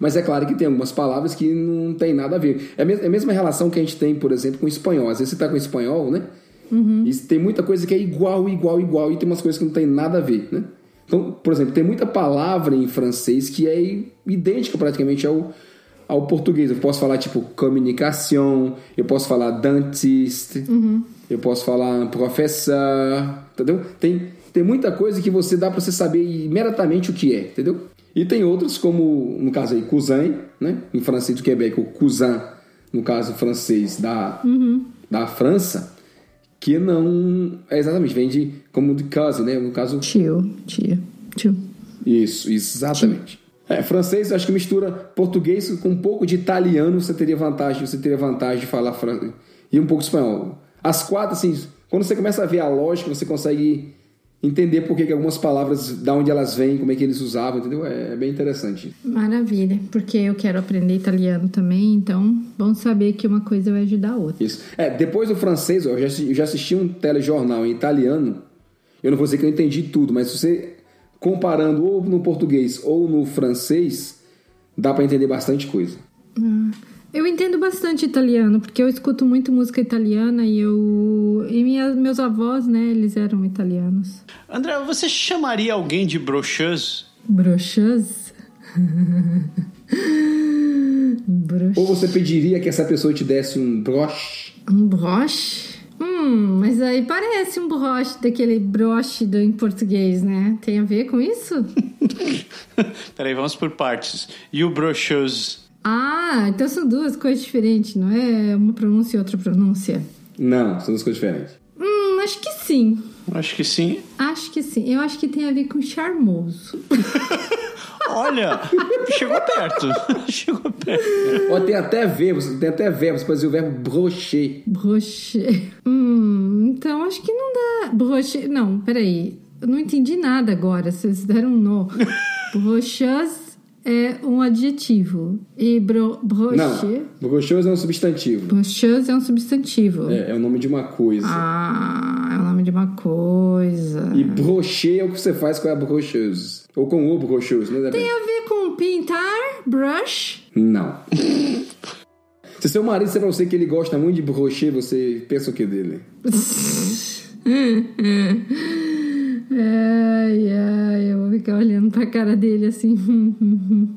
Speaker 4: Mas é claro que tem algumas palavras que não tem nada a ver. É a mes- é a mesma relação que a gente tem, por exemplo, com o espanhol. Às vezes você tá com espanhol, né? E tem muita coisa que é igual, igual, igual, e tem umas coisas que não tem nada a ver, né? Então, por exemplo, tem muita palavra em francês que é i- idêntica praticamente ao, ao português. Eu posso falar, tipo, comunicação, eu posso falar dentiste, eu posso falar professor, entendeu? Tem, tem muita coisa que você dá pra você saber imediatamente o que é, entendeu? E tem outras, como, no caso aí, cousin, né? Em francês do Quebec, o cousin, no caso francês da, da França, que não é exatamente vem de como de casa, né? No caso,
Speaker 3: Tio, tio, tio.
Speaker 4: isso, exatamente. É, francês, eu acho que mistura português com um pouco de italiano, você teria vantagem, você teria vantagem de falar francês e um pouco de espanhol. As quatro assim, quando você começa a ver a lógica, você consegue entender por que que algumas palavras, da onde elas vêm, como é que eles usavam, entendeu? É, é bem interessante.
Speaker 3: Maravilha, porque eu quero aprender italiano também, então bom saber que uma coisa vai ajudar a outra.
Speaker 4: Isso. É, depois do francês, eu já, assisti- eu já assisti um telejornal em italiano. Eu não vou dizer que eu entendi tudo, mas se você comparando ou no português ou no francês, dá pra entender bastante coisa.
Speaker 3: Eu entendo bastante italiano, porque eu escuto muito música italiana e eu. E minha, meus avós, né, eles eram italianos.
Speaker 2: André, você chamaria alguém de broxeuse?
Speaker 3: Broxas? Brox...
Speaker 4: Ou você pediria que essa pessoa te desse um broche?
Speaker 3: Um broche? Hum, mas aí parece um broche daquele broche do, em português, né? Tem a ver com isso?
Speaker 2: Peraí, vamos por partes. E o broxeuse?
Speaker 3: ah, então são duas coisas diferentes, não é uma pronúncia e outra pronúncia.
Speaker 4: Não, são duas coisas diferentes.
Speaker 3: Hum, acho que sim.
Speaker 2: Acho que sim.
Speaker 3: Acho que sim. Eu acho que tem a ver com charmoso.
Speaker 2: Olha, chegou perto. Chegou perto.
Speaker 4: Ou tem até verbos, tem até verbos, por exemplo, o verbo brocher.
Speaker 3: Broche. Hum, então acho que não dá. Broche. Não, peraí. Eu não entendi nada agora. Vocês deram um nó. Brochas é um adjetivo e bro, broche.
Speaker 4: Não, brochoso é um substantivo.
Speaker 3: Brocheuse é um substantivo.
Speaker 4: É, é o nome de uma coisa.
Speaker 3: Ah, é o nome de uma coisa.
Speaker 4: E brochê é o que você faz com a brocheuse. Ou com o brocheuse, né?
Speaker 3: Tem a ver com pintar, brush.
Speaker 4: Não. Se seu marido disser pra você que ele gosta muito de brochê, você pensa o que dele?
Speaker 3: Ai, ai, eu vou ficar olhando pra cara dele assim.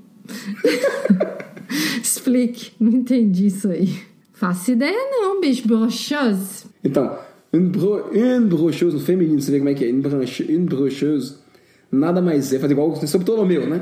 Speaker 3: Explique, não entendi isso aí. Faço ideia não, bicho, brochose.
Speaker 4: Então, une, bro, une brocheuse no feminino, você vê como é que é? Une, branche, une brocheuse nada mais é, fazer igual o São Ptolomeu, né?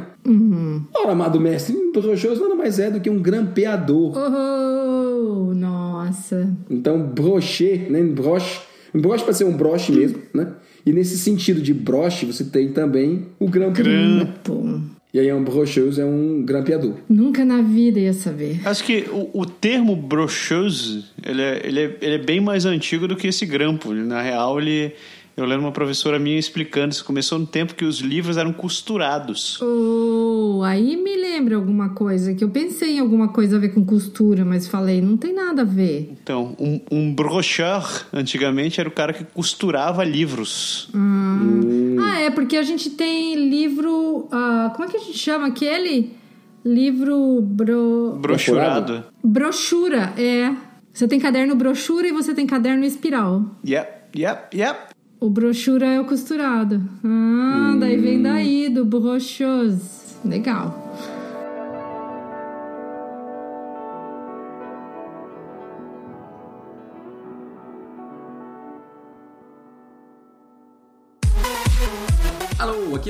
Speaker 4: Ora, amado mestre, une brocheuse nada mais é do que um grampeador.
Speaker 3: Oh, nossa.
Speaker 4: Então, brochê, né? Une broche. Um broche pode ser um broche mesmo, né? E nesse sentido de broche, você tem também o grampeador.
Speaker 3: Pô,
Speaker 4: E aí, um brocheuse é um grampeador.
Speaker 3: nunca na vida ia saber.
Speaker 2: Acho que o, o termo brochose, ele é, ele, é, ele é bem mais antigo do que esse grampo. Na real, ele... Eu lembro uma professora minha explicando isso. Começou no tempo que os livros eram costurados.
Speaker 3: Oh, aí me lembra alguma coisa que eu pensei em alguma coisa a ver com costura, mas falei, não tem nada a ver.
Speaker 2: Então, um, um brocheur, antigamente, era o cara que costurava livros.
Speaker 3: Ah, é porque a gente tem livro. ah, como é que a gente chama aquele? Livro bro...
Speaker 2: Brochurado.
Speaker 3: brochura, é. Você tem caderno brochura e você tem caderno espiral.
Speaker 2: Yep, yep, yep.
Speaker 3: O brochura é o costurado. Ah, daí vem daí, do brochose. Legal.
Speaker 8: Alô, aqui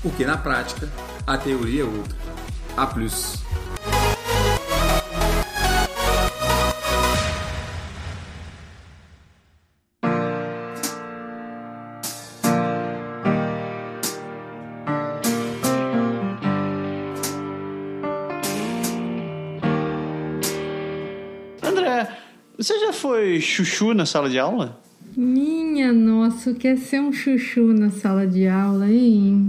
Speaker 8: porque na prática, a teoria é outra. A plus.
Speaker 2: André, você já foi chuchu na sala de aula?
Speaker 3: Minha nossa, o que é ser um chuchu na sala de aula, hein?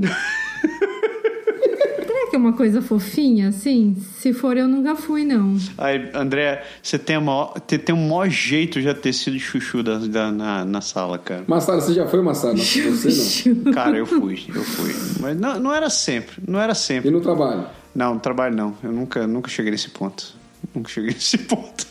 Speaker 3: Será que é uma coisa fofinha, assim? Se for, eu nunca fui, não.
Speaker 2: Aí, André, você tem, a maior- te- tem o maior jeito de já ter sido chuchu da, da- na, na sala, cara.
Speaker 4: Massara, você já foi Massara? Você não.
Speaker 3: Chuchu.
Speaker 2: Cara, eu fui, eu fui. Mas não, não era sempre, não era sempre.
Speaker 4: E no trabalho?
Speaker 2: Não, no trabalho não. Eu nunca, nunca cheguei nesse ponto. Nunca cheguei nesse ponto.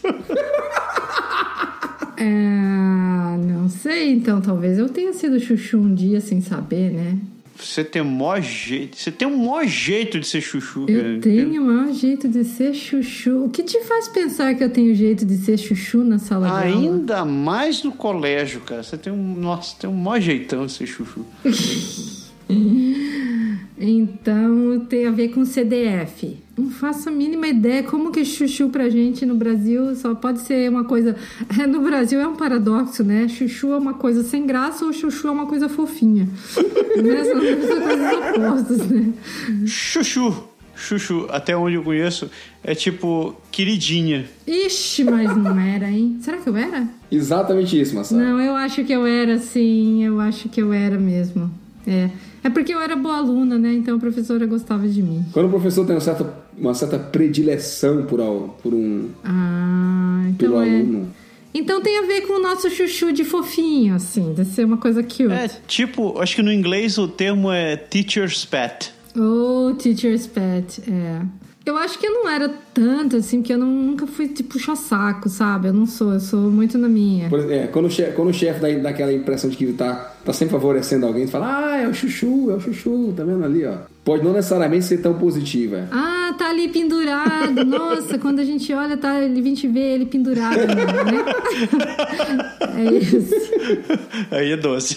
Speaker 3: Ah, não sei, então talvez eu tenha sido chuchu um dia sem saber, né?
Speaker 2: Você tem o maior jeito. Você tem o maior jeito de ser chuchu, é,
Speaker 3: Eu tenho o maior jeito de ser chuchu. O que te faz pensar que eu tenho jeito de ser chuchu na sala de aula?
Speaker 2: Ainda mais no colégio, cara. Você tem um. Nossa, tem um maior jeitão de ser chuchu.
Speaker 3: Então tem a ver com CDF. Não faço a mínima ideia como que chuchu pra gente no Brasil só pode ser uma coisa. No Brasil é um paradoxo, né? Chuchu é uma coisa sem graça ou chuchu é uma coisa fofinha. né? São duas coisas opostas, né?
Speaker 2: Chuchu. Chuchu, até onde eu conheço, é tipo queridinha.
Speaker 3: Ixi, mas não era, hein? Será que eu era?
Speaker 4: Exatamente isso, Massara.
Speaker 3: Não, eu acho que eu era, sim. Eu acho que eu era mesmo. É. É porque eu era boa aluna, né? Então a professora gostava de mim.
Speaker 4: Quando o professor tem uma certa, uma certa predileção por, al- por um
Speaker 3: Ah, então
Speaker 4: pelo
Speaker 3: é.
Speaker 4: aluno.
Speaker 3: Então tem a ver com o nosso chuchu de fofinho, assim, de ser uma coisa cute.
Speaker 2: É tipo, acho que no inglês o termo é teacher's pet.
Speaker 3: Oh, teacher's pet, é. Eu acho que eu não era tanto, assim, porque eu não- nunca fui de puxar saco, sabe? Eu não sou, eu sou muito na minha.
Speaker 4: Por, é, quando o chefe, quando o chefe dá, dá aquela impressão de que tá, tá sempre favorecendo alguém, fala, ah, é o chuchu, é o chuchu, tá vendo ali, ó. Pode não necessariamente ser tão é. positiva.
Speaker 3: Ah, tá ali pendurado. Nossa, quando a gente olha, tá, a gente vê ele pendurado, né? é isso.
Speaker 2: Aí é doce.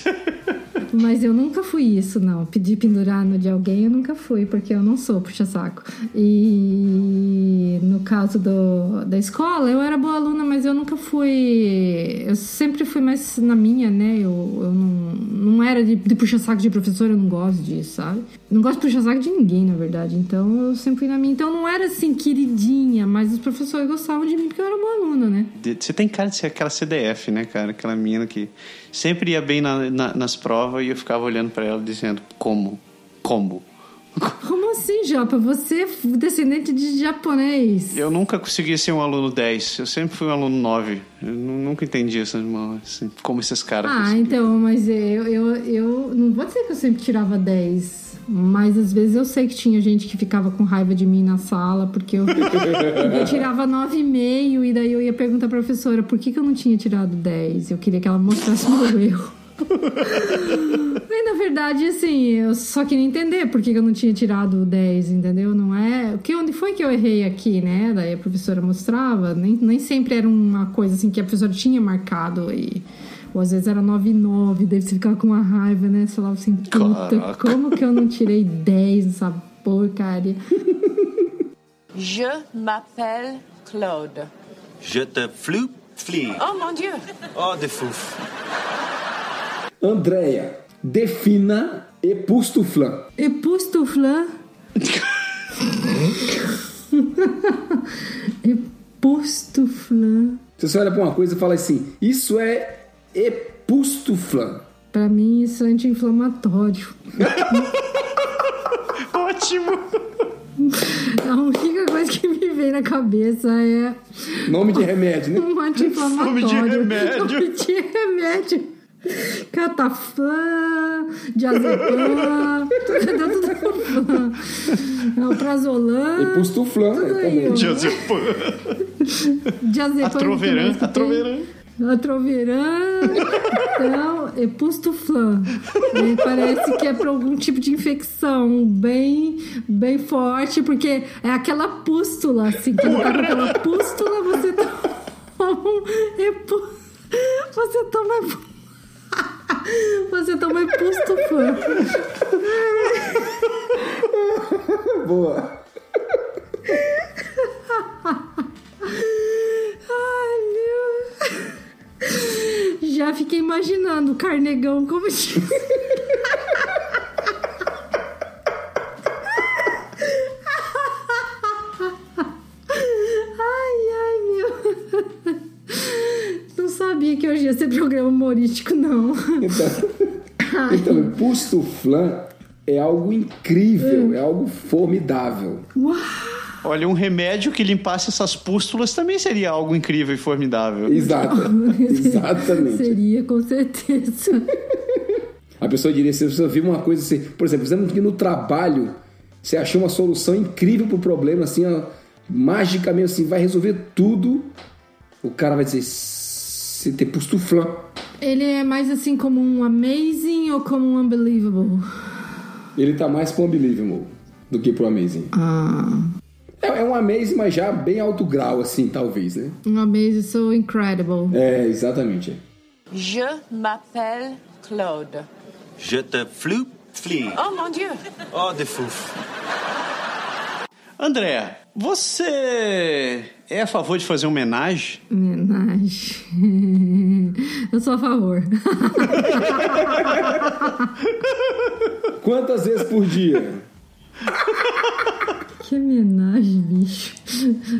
Speaker 3: Mas eu nunca fui isso, não. Pedir pendurado de alguém eu nunca fui, porque eu não sou puxa-saco. E E no caso do, da escola, eu era boa aluna, mas eu nunca fui. Eu sempre fui mais na minha, né? Eu, eu não, não era de, de puxar saco de professor, eu não gosto disso, sabe? Não gosto de puxar saco de ninguém, na verdade. Então eu sempre fui na minha. Então eu não era assim, queridinha, mas os professores gostavam de mim porque eu era boa aluna, né?
Speaker 2: De- Você tem cara de ser aquela CDF, né, cara? Aquela menina que sempre ia bem na- na- nas provas e eu ficava olhando pra ela dizendo como, como.
Speaker 3: Como assim, Japa? Você é descendente de japonês.
Speaker 2: Eu nunca consegui ser um aluno 10, eu sempre fui um aluno 9. Eu nu- nunca entendi isso, irmão, assim, como esses caras.
Speaker 3: Ah,
Speaker 2: conseguiam.
Speaker 3: então, mas eu, eu, eu não vou dizer que eu sempre tirava 10, mas às vezes eu sei que tinha gente que ficava com raiva de mim na sala, porque eu, eu tirava 9,5 e daí eu ia perguntar à professora por que, que eu não tinha tirado 10. Eu queria que ela mostrasse meu erro. Mas, na verdade, assim, eu só queria entender por que que eu não tinha tirado o 10, entendeu? Não é. Porque onde foi que eu errei aqui, né? Daí a professora mostrava. Nem, nem sempre era uma coisa assim que a professora tinha marcado. E... Ou às vezes era 9 e 9, daí você ficava com uma raiva, né? Você falava assim, puta,
Speaker 2: Caraca.
Speaker 3: como que eu não tirei 10 nessa porcaria?
Speaker 6: Je m'appelle Claude.
Speaker 7: Je te floep flee.
Speaker 6: Oh mon Dieu.
Speaker 7: Oh, de fouf.
Speaker 4: Andréia, defina epustuflan.
Speaker 3: E postuflan. E postuflan.
Speaker 4: Se você olha pra uma coisa e fala assim, isso é epustuflan.
Speaker 3: Pra mim, isso é anti-inflamatório.
Speaker 2: Ótimo!
Speaker 3: A única coisa que me vem na cabeça é
Speaker 4: Nome de remédio, né?
Speaker 3: um anti-inflamatório.
Speaker 2: Nome de remédio.
Speaker 3: Nome de remédio. Catafã, diazepam, tudo fã. Alprazolam,
Speaker 4: Epustuflan
Speaker 3: Tudo
Speaker 4: é
Speaker 3: aí,
Speaker 4: também.
Speaker 3: ó.
Speaker 2: Joseph Pan,
Speaker 3: diazepam.
Speaker 2: Atroveran,
Speaker 3: Atroveran.
Speaker 2: Atroveran.
Speaker 3: Atroveran, então, epustuflan. É, parece que é para algum tipo de infecção bem, bem forte, porque é aquela pústula, assim, quando tá com aquela pústula, você toma um epu... Você toma... epu- Você toma é epustuflan.
Speaker 4: Boa.
Speaker 3: Ai, meu... Já fiquei imaginando o Carnegão como tinha... Ai, ai, meu... Não sabia que hoje ia ser programa humorístico, não.
Speaker 4: Então, então epustuflan é algo incrível, é algo formidável.
Speaker 2: Olha, um remédio que limpasse essas pústulas também seria algo incrível e formidável.
Speaker 4: Exato. Exatamente.
Speaker 3: Seria, com certeza.
Speaker 4: A pessoa diria, se você viu uma coisa assim, por exemplo, dizendo que no trabalho você achou uma solução incrível pro problema, assim, ó, magicamente assim, vai resolver tudo, o cara vai dizer, você tem pustuflan.
Speaker 3: Ele é mais assim como um amazing ou como um unbelievable?
Speaker 4: Ele tá mais pro Unbelievable do que pro Amazing.
Speaker 3: Ah...
Speaker 4: É, é um Amazing, mas já bem alto grau, assim, talvez, né?
Speaker 3: Um amazing so incredible.
Speaker 4: É, exatamente.
Speaker 6: Je m'appelle Claude.
Speaker 7: Je te floep flee.
Speaker 6: Oh mon Dieu.
Speaker 7: Oh, de fouf.
Speaker 2: André, você é a favor de fazer homenagem?
Speaker 3: Homenagem. Eu sou a favor.
Speaker 4: Quantas vezes por dia?
Speaker 3: Que homenagem, bicho.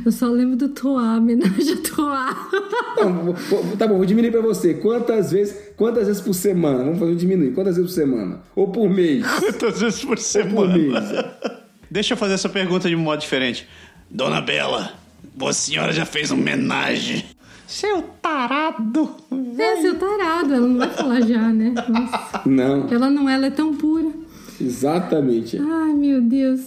Speaker 3: Eu só lembro do Toá, homenagem a Toá.
Speaker 4: Não, vou- vou- tá bom, vou diminuir pra você. Quantas vezes, quantas vezes por semana? Vamos fazer um diminuir. Quantas vezes por semana? Ou por mês?
Speaker 2: Quantas vezes por
Speaker 4: Por mês.
Speaker 2: semana? Deixa eu fazer essa pergunta de um modo diferente. Dona Bela, a senhora já fez homenagem. Seu tarado.
Speaker 3: É, seu tarado, ela não vai falar já, né? Nossa.
Speaker 4: Não,
Speaker 3: Ela não é, ela é tão pura.
Speaker 4: exatamente.
Speaker 3: Ai, meu Deus.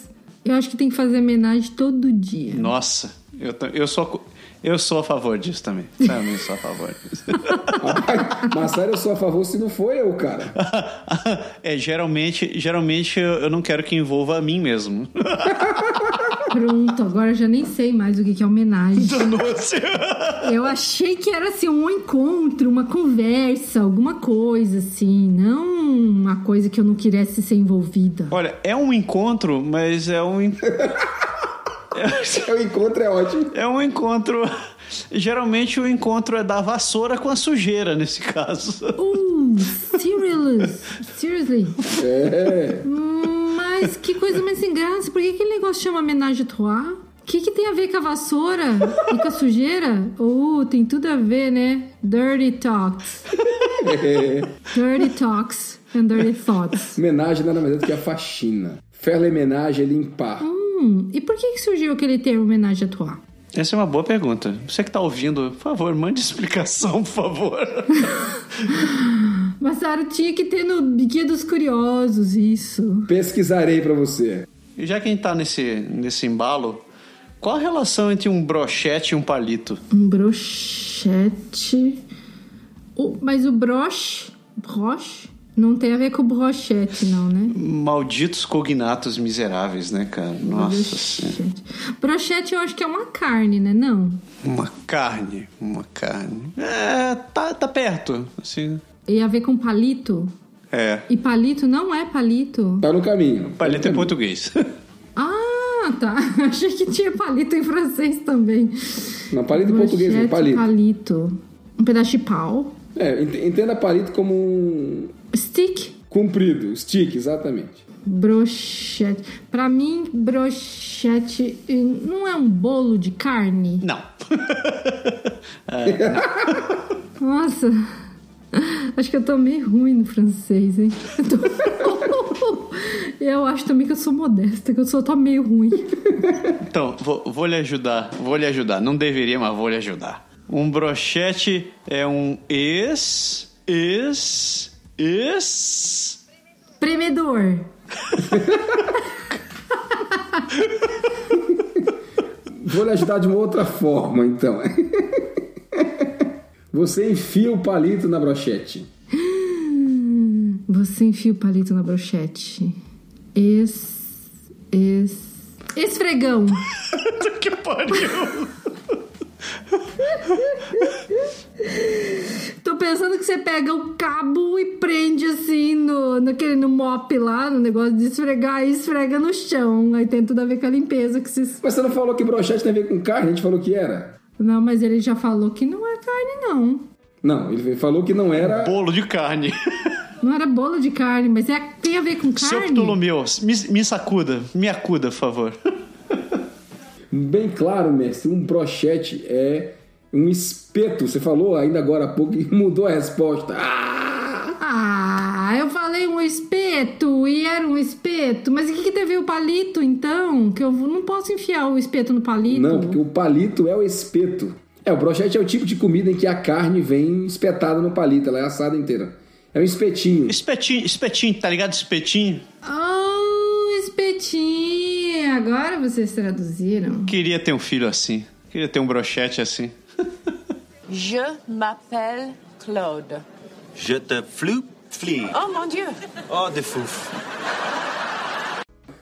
Speaker 3: Eu acho que tem que fazer homenagem todo dia.
Speaker 2: Nossa, eu, ta- eu, sou, co- eu sou a favor disso também. Também sou a favor disso.
Speaker 4: Rapaz, Massaro, eu sou a favor se não foi eu, cara.
Speaker 2: é, geralmente, geralmente eu eu não quero que envolva a mim mesmo.
Speaker 3: Pronto, agora eu já nem sei mais o que que é homenagem.
Speaker 2: Nossa.
Speaker 3: Eu achei que era assim um encontro, uma conversa, alguma coisa assim, não uma coisa que eu não quisesse ser envolvida.
Speaker 2: Olha, é um encontro, mas é um. en-
Speaker 4: O encontro é ótimo.
Speaker 2: É um encontro. Geralmente o encontro é da vassoura com a sujeira, nesse caso.
Speaker 3: Uh, serious. Seriously.
Speaker 4: É.
Speaker 3: Hum, Mas que coisa mais sem graça. Por que aquele negócio chama homenagem à trois? O que, que tem a ver com a vassoura e com a sujeira? Uh, tem tudo a ver, né? Dirty talks.
Speaker 4: É,
Speaker 3: Dirty talks and dirty thoughts.
Speaker 4: Homenagem nada mais é do que a faxina. Ferro é homenagem é limpar.
Speaker 3: Hum, e por que, que surgiu aquele termo homenagem à trois?
Speaker 2: Essa é uma boa pergunta. Você que tá ouvindo, por favor, mande explicação, por favor.
Speaker 3: Massaro tinha que ter no Guia dos Curiosos, isso.
Speaker 4: Pesquisarei pra você.
Speaker 2: E já quem tá nesse, nesse embalo, qual a relação entre um brochete e um palito?
Speaker 3: Um brochete. O- mas o broche. Broche? Não tem a ver com o brochete, não, né?
Speaker 2: Malditos cognatos miseráveis, né, cara? Nossa senhora.
Speaker 3: Brochete. Brochete eu acho que é uma carne, né? Não.
Speaker 2: Uma carne, uma carne. É, tá, tá perto, assim.
Speaker 3: E a ver com palito.
Speaker 2: É.
Speaker 3: E palito não é palito.
Speaker 4: Tá no caminho.
Speaker 2: Palito em português.
Speaker 3: Ah, tá. Achei que tinha palito em francês também.
Speaker 4: Não, palito em português, não,
Speaker 3: Brochete,
Speaker 4: palito.
Speaker 3: palito. Um pedaço de pau.
Speaker 4: É, ent- entenda palito como um
Speaker 3: Stick.
Speaker 4: comprido, stick, exatamente.
Speaker 3: Brochete. Pra mim, brochete eh, não é um bolo de carne.
Speaker 2: Não.
Speaker 3: Nossa, acho que eu tô meio ruim no francês, hein? Eu, tô- Eu acho também que eu sou modesta, que eu só tô meio ruim.
Speaker 2: Então, vou, vou lhe ajudar, vou lhe ajudar. Não deveria, mas vou lhe ajudar. Um brochete é um ex, ex, ex.
Speaker 3: Premedor.
Speaker 4: Vou lhe ajudar de uma outra forma, então. Você enfia o palito na brochete.
Speaker 3: Você enfia o palito na brochete. Es. Es. Esfregão.
Speaker 2: Que pariu!
Speaker 3: Tô pensando que você pega o cabo e prende assim no, naquele, no mop lá, no negócio de esfregar e esfrega no chão. Aí tem tudo a ver com a limpeza que se
Speaker 4: Mas você não falou que brochete tem a ver com carne? A gente falou que era.
Speaker 3: Não, mas ele já falou que não é carne, não.
Speaker 4: Não, ele falou que não era.
Speaker 2: Bolo de carne.
Speaker 3: Não era bolo de carne, mas é, tem a ver com
Speaker 2: Seu
Speaker 3: carne.
Speaker 2: Ptolomeu, me, me sacuda, me acuda, por favor.
Speaker 4: Bem claro, mestre, um brochete é um espeto. Você falou ainda agora há pouco e mudou a resposta. Ah!
Speaker 3: Ah, eu falei um espeto e era um espeto. Mas o que, que teve o palito, então? Que eu não posso enfiar o espeto no palito.
Speaker 4: Não, porque o palito é o espeto. É, o brochete é o tipo de comida em que a carne vem espetada no palito, ela é assada inteira. É um espetinho.
Speaker 2: Espetinho, espetinho, tá ligado? Espetinho.
Speaker 3: Oh, espetinho! Agora vocês traduziram.
Speaker 2: Queria ter um filho assim. Queria ter um brochete assim.
Speaker 6: Je m'appelle Claude.
Speaker 7: Je te floep flee.
Speaker 6: Oh mon Dieu.
Speaker 7: Oh de fouf.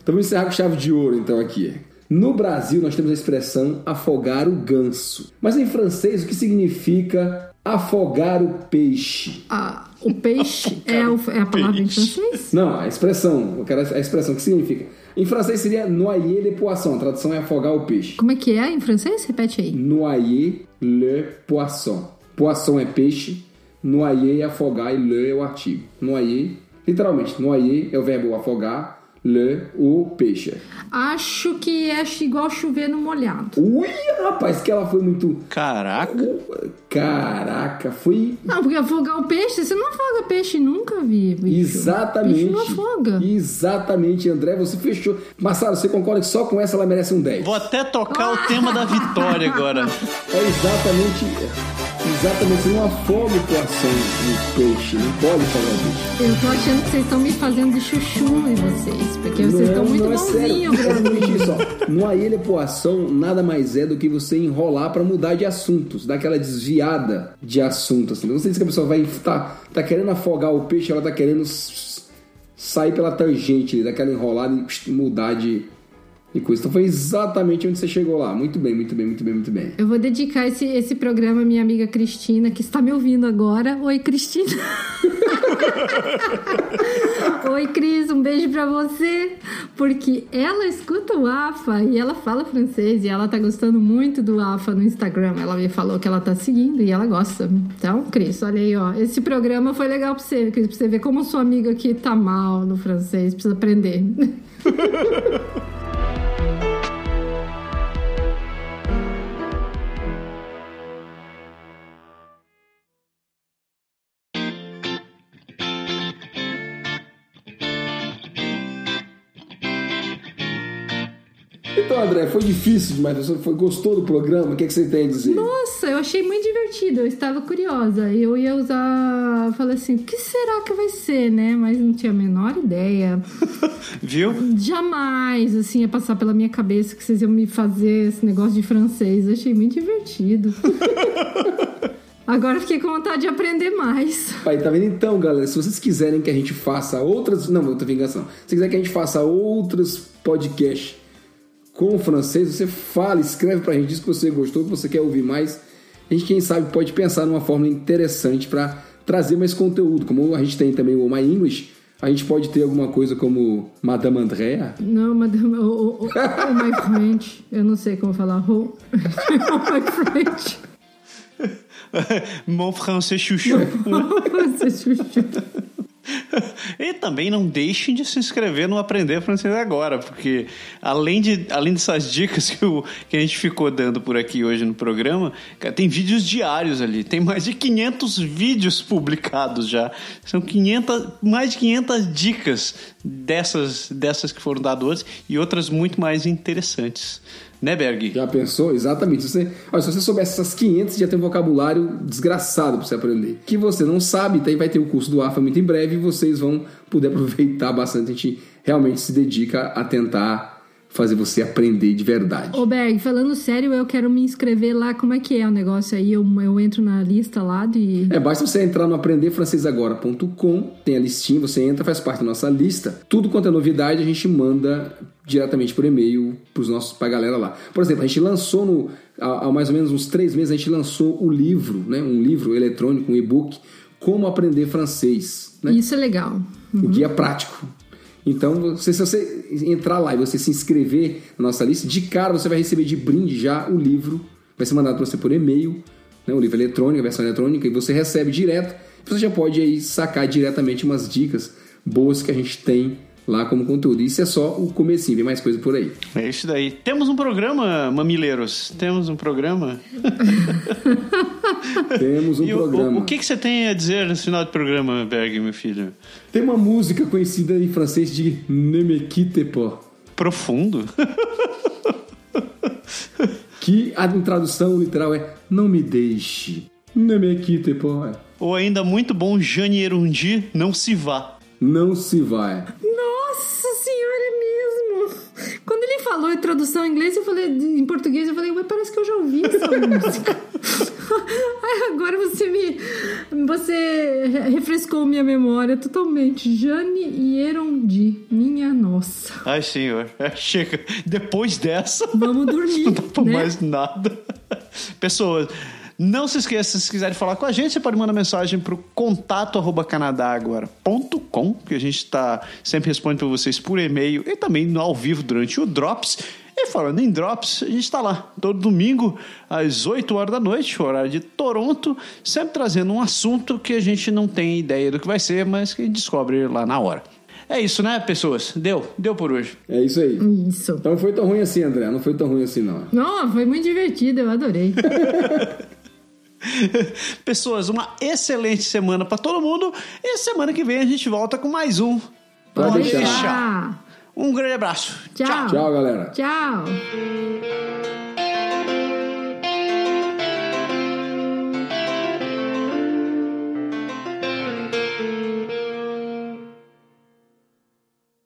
Speaker 4: Então vamos encerrar com chave de ouro, então, aqui. No Brasil, nós temos a expressão afogar o ganso. Mas em francês, o que significa afogar o peixe?
Speaker 3: Ah, o peixe é, o- é a palavra em francês?
Speaker 4: Não, a expressão. Eu quero a expressão. O que significa? Em francês seria noyer le poisson. A tradução é afogar o peixe.
Speaker 3: Como é que é em francês? Repete aí.
Speaker 4: Noyer le poisson. Poisson é peixe. Noyer é afogar e le é o artigo. Noyer, literalmente, noyer é o verbo afogar, le, o peixe.
Speaker 3: Acho que é igual chover no molhado.
Speaker 4: Ui, rapaz, que ela foi muito...
Speaker 2: Caraca.
Speaker 4: Caraca, foi
Speaker 3: Não, porque afogar o peixe, você não afoga peixe nunca, vi. bicho.
Speaker 4: exatamente.
Speaker 3: Bicho não afoga.
Speaker 4: Exatamente, André, você fechou. Massaro, você concorda que só com essa ela merece um 10?
Speaker 2: Vou até tocar o tema da vitória agora.
Speaker 4: É exatamente. Exatamente, você não afoga o coração no peixe, não pode afogar o peixe.
Speaker 3: Eu tô achando que vocês estão me fazendo de chuchu em vocês, porque vocês estão muito
Speaker 4: é sério.
Speaker 3: bonzinhos pra mim.
Speaker 4: Exatamente isso, ó. No Aelha Poisson, nada mais é do que você enrolar pra mudar de assuntos, daquela desviada de assunto. Assim. Não sei se a pessoa vai tá, tá querendo afogar o peixe, ela tá querendo s- s- sair pela tangente, ali, daquela enrolada e pss, mudar de, E coisa. Então foi exatamente onde você chegou lá. Muito bem, muito bem, muito bem, muito bem.
Speaker 3: Eu vou dedicar esse, esse programa à minha amiga Cristina, que está me ouvindo agora. Oi, Cristina. Oi, Cris, um beijo pra você. Porque ela escuta o AFA e ela fala francês e ela tá gostando muito do AFA no Instagram. Ela me falou que ela tá seguindo e ela gosta. Então, Cris, olha aí, ó. Esse programa foi legal pra você, Cris, pra você ver como sua amiga aqui tá mal no francês, precisa aprender.
Speaker 4: Então, André, foi difícil demais. Você foi, gostou do programa? O que, é que você tem a dizer?
Speaker 3: Nossa, eu achei muito divertido, eu estava curiosa. Eu ia usar. eu Falei assim, o que será que vai ser, né? Mas não tinha a menor ideia.
Speaker 2: Viu?
Speaker 3: Jamais, assim, ia passar pela minha cabeça que vocês iam me fazer esse negócio de francês. Eu Achei muito divertido. Agora eu fiquei com vontade de aprender mais.
Speaker 4: Aí, tá vendo? Então, galera, se vocês quiserem que a gente faça outras. Não, outra vingação. Se quiser que a gente faça outros podcasts com francês, você fala, escreve pra gente, diz que você gostou, que você quer ouvir mais. A gente, quem sabe, pode pensar numa forma interessante pra trazer mais conteúdo. Como a gente tem também o My English, a gente pode ter alguma coisa como Madame Andrea.
Speaker 3: Não, oh, madame, o, o, o, o my French. Eu não sei como falar. O, o my French.
Speaker 2: Mon francês chuchu.
Speaker 3: Você chuchu.
Speaker 2: E também não deixem de se inscrever no Aprender Francês Agora, porque além, de, além dessas dicas que, o- que a gente ficou dando por aqui hoje no programa, cara, tem vídeos diários ali, tem mais de 500 vídeos publicados já. São 500, mais de 500 dicas dessas, dessas que foram dadas hoje e outras muito mais interessantes. Né, Berg?
Speaker 4: Já pensou? Exatamente. Se você, olha, se você soubesse essas 500, já tem um vocabulário desgraçado pra você aprender. Que você não sabe, daí vai ter o curso do AFA muito em breve e vocês vão poder aproveitar bastante. A gente realmente se dedica a tentar fazer você aprender de verdade.
Speaker 3: Ô, Berg, falando sério, eu quero me inscrever lá. Como é que é o negócio aí? Eu, eu entro na lista lá de.
Speaker 4: É, basta você entrar no aprendefrancesagora.com, tem a listinha, você entra, faz parte da nossa lista. Tudo quanto é novidade, a gente manda diretamente por e-mail pros nossos, pra galera lá. Por exemplo, a gente lançou no, há, há mais ou menos uns três meses, a gente lançou o livro, né? Um livro eletrônico, um e-book, Como Aprender Francês, né?
Speaker 3: Isso é legal.
Speaker 2: Uhum.
Speaker 4: O guia prático. Então, você- se você entrar lá e você se inscrever na nossa lista, de cara você vai receber de brinde já o livro. Vai ser mandado para você por e-mail, né, o livro eletrônico, a versão eletrônica, e você recebe direto. Você já pode aí sacar diretamente umas dicas boas que a gente tem lá como conteúdo. Isso é só o comecinho, vem mais coisa por aí.
Speaker 2: É isso daí. Temos um programa, mamileiros. Temos um programa.
Speaker 4: Temos um
Speaker 2: e o-
Speaker 4: programa.
Speaker 2: o, o que, que você tem a dizer nesse final de programa, Berg, meu filho?
Speaker 4: Tem uma música conhecida em francês de Ne me quitte pas.
Speaker 2: Profundo?
Speaker 4: Que a em tradução literal é Não me deixe. é. Ne me quitte pas.
Speaker 2: Ou ainda muito bom, Jane Erundi, não se vá.
Speaker 4: Não se vai.
Speaker 3: Nossa senhora, é mesmo! Quando ele falou em tradução em inglês, eu falei em português, eu falei, ué, parece que eu já ouvi essa música. Ai, agora você me. Você re- refrescou minha memória totalmente. Jane e Erondi, minha nossa.
Speaker 2: Ai, senhor. É, chega. Depois dessa,
Speaker 3: Vamos dormir.
Speaker 2: não dá pra
Speaker 3: né?
Speaker 2: mais nada. Pessoas, não se esqueça, se quiserem falar com a gente, você pode mandar mensagem pro contato arroba canadagora.com, que a gente tá sempre responde pra vocês por e-mail e também no ao vivo durante o Drops. E falando em Drops, a gente tá lá todo domingo às 8 horas da noite, horário de Toronto, sempre trazendo um assunto que a gente não tem ideia do que vai ser, mas que a gente descobre lá na hora. É isso, né, pessoas? Deu, deu por hoje.
Speaker 4: É isso aí.
Speaker 3: Isso.
Speaker 4: Então não foi tão ruim assim, André. Não foi tão ruim assim, não.
Speaker 3: Não, foi muito divertido, eu adorei.
Speaker 2: Pessoas, uma excelente semana pra todo mundo e semana que vem a gente volta com mais um.
Speaker 4: Pode deixar.
Speaker 2: Um grande abraço.
Speaker 3: Tchau.
Speaker 4: Tchau, galera.
Speaker 3: Tchau.
Speaker 2: Tchau.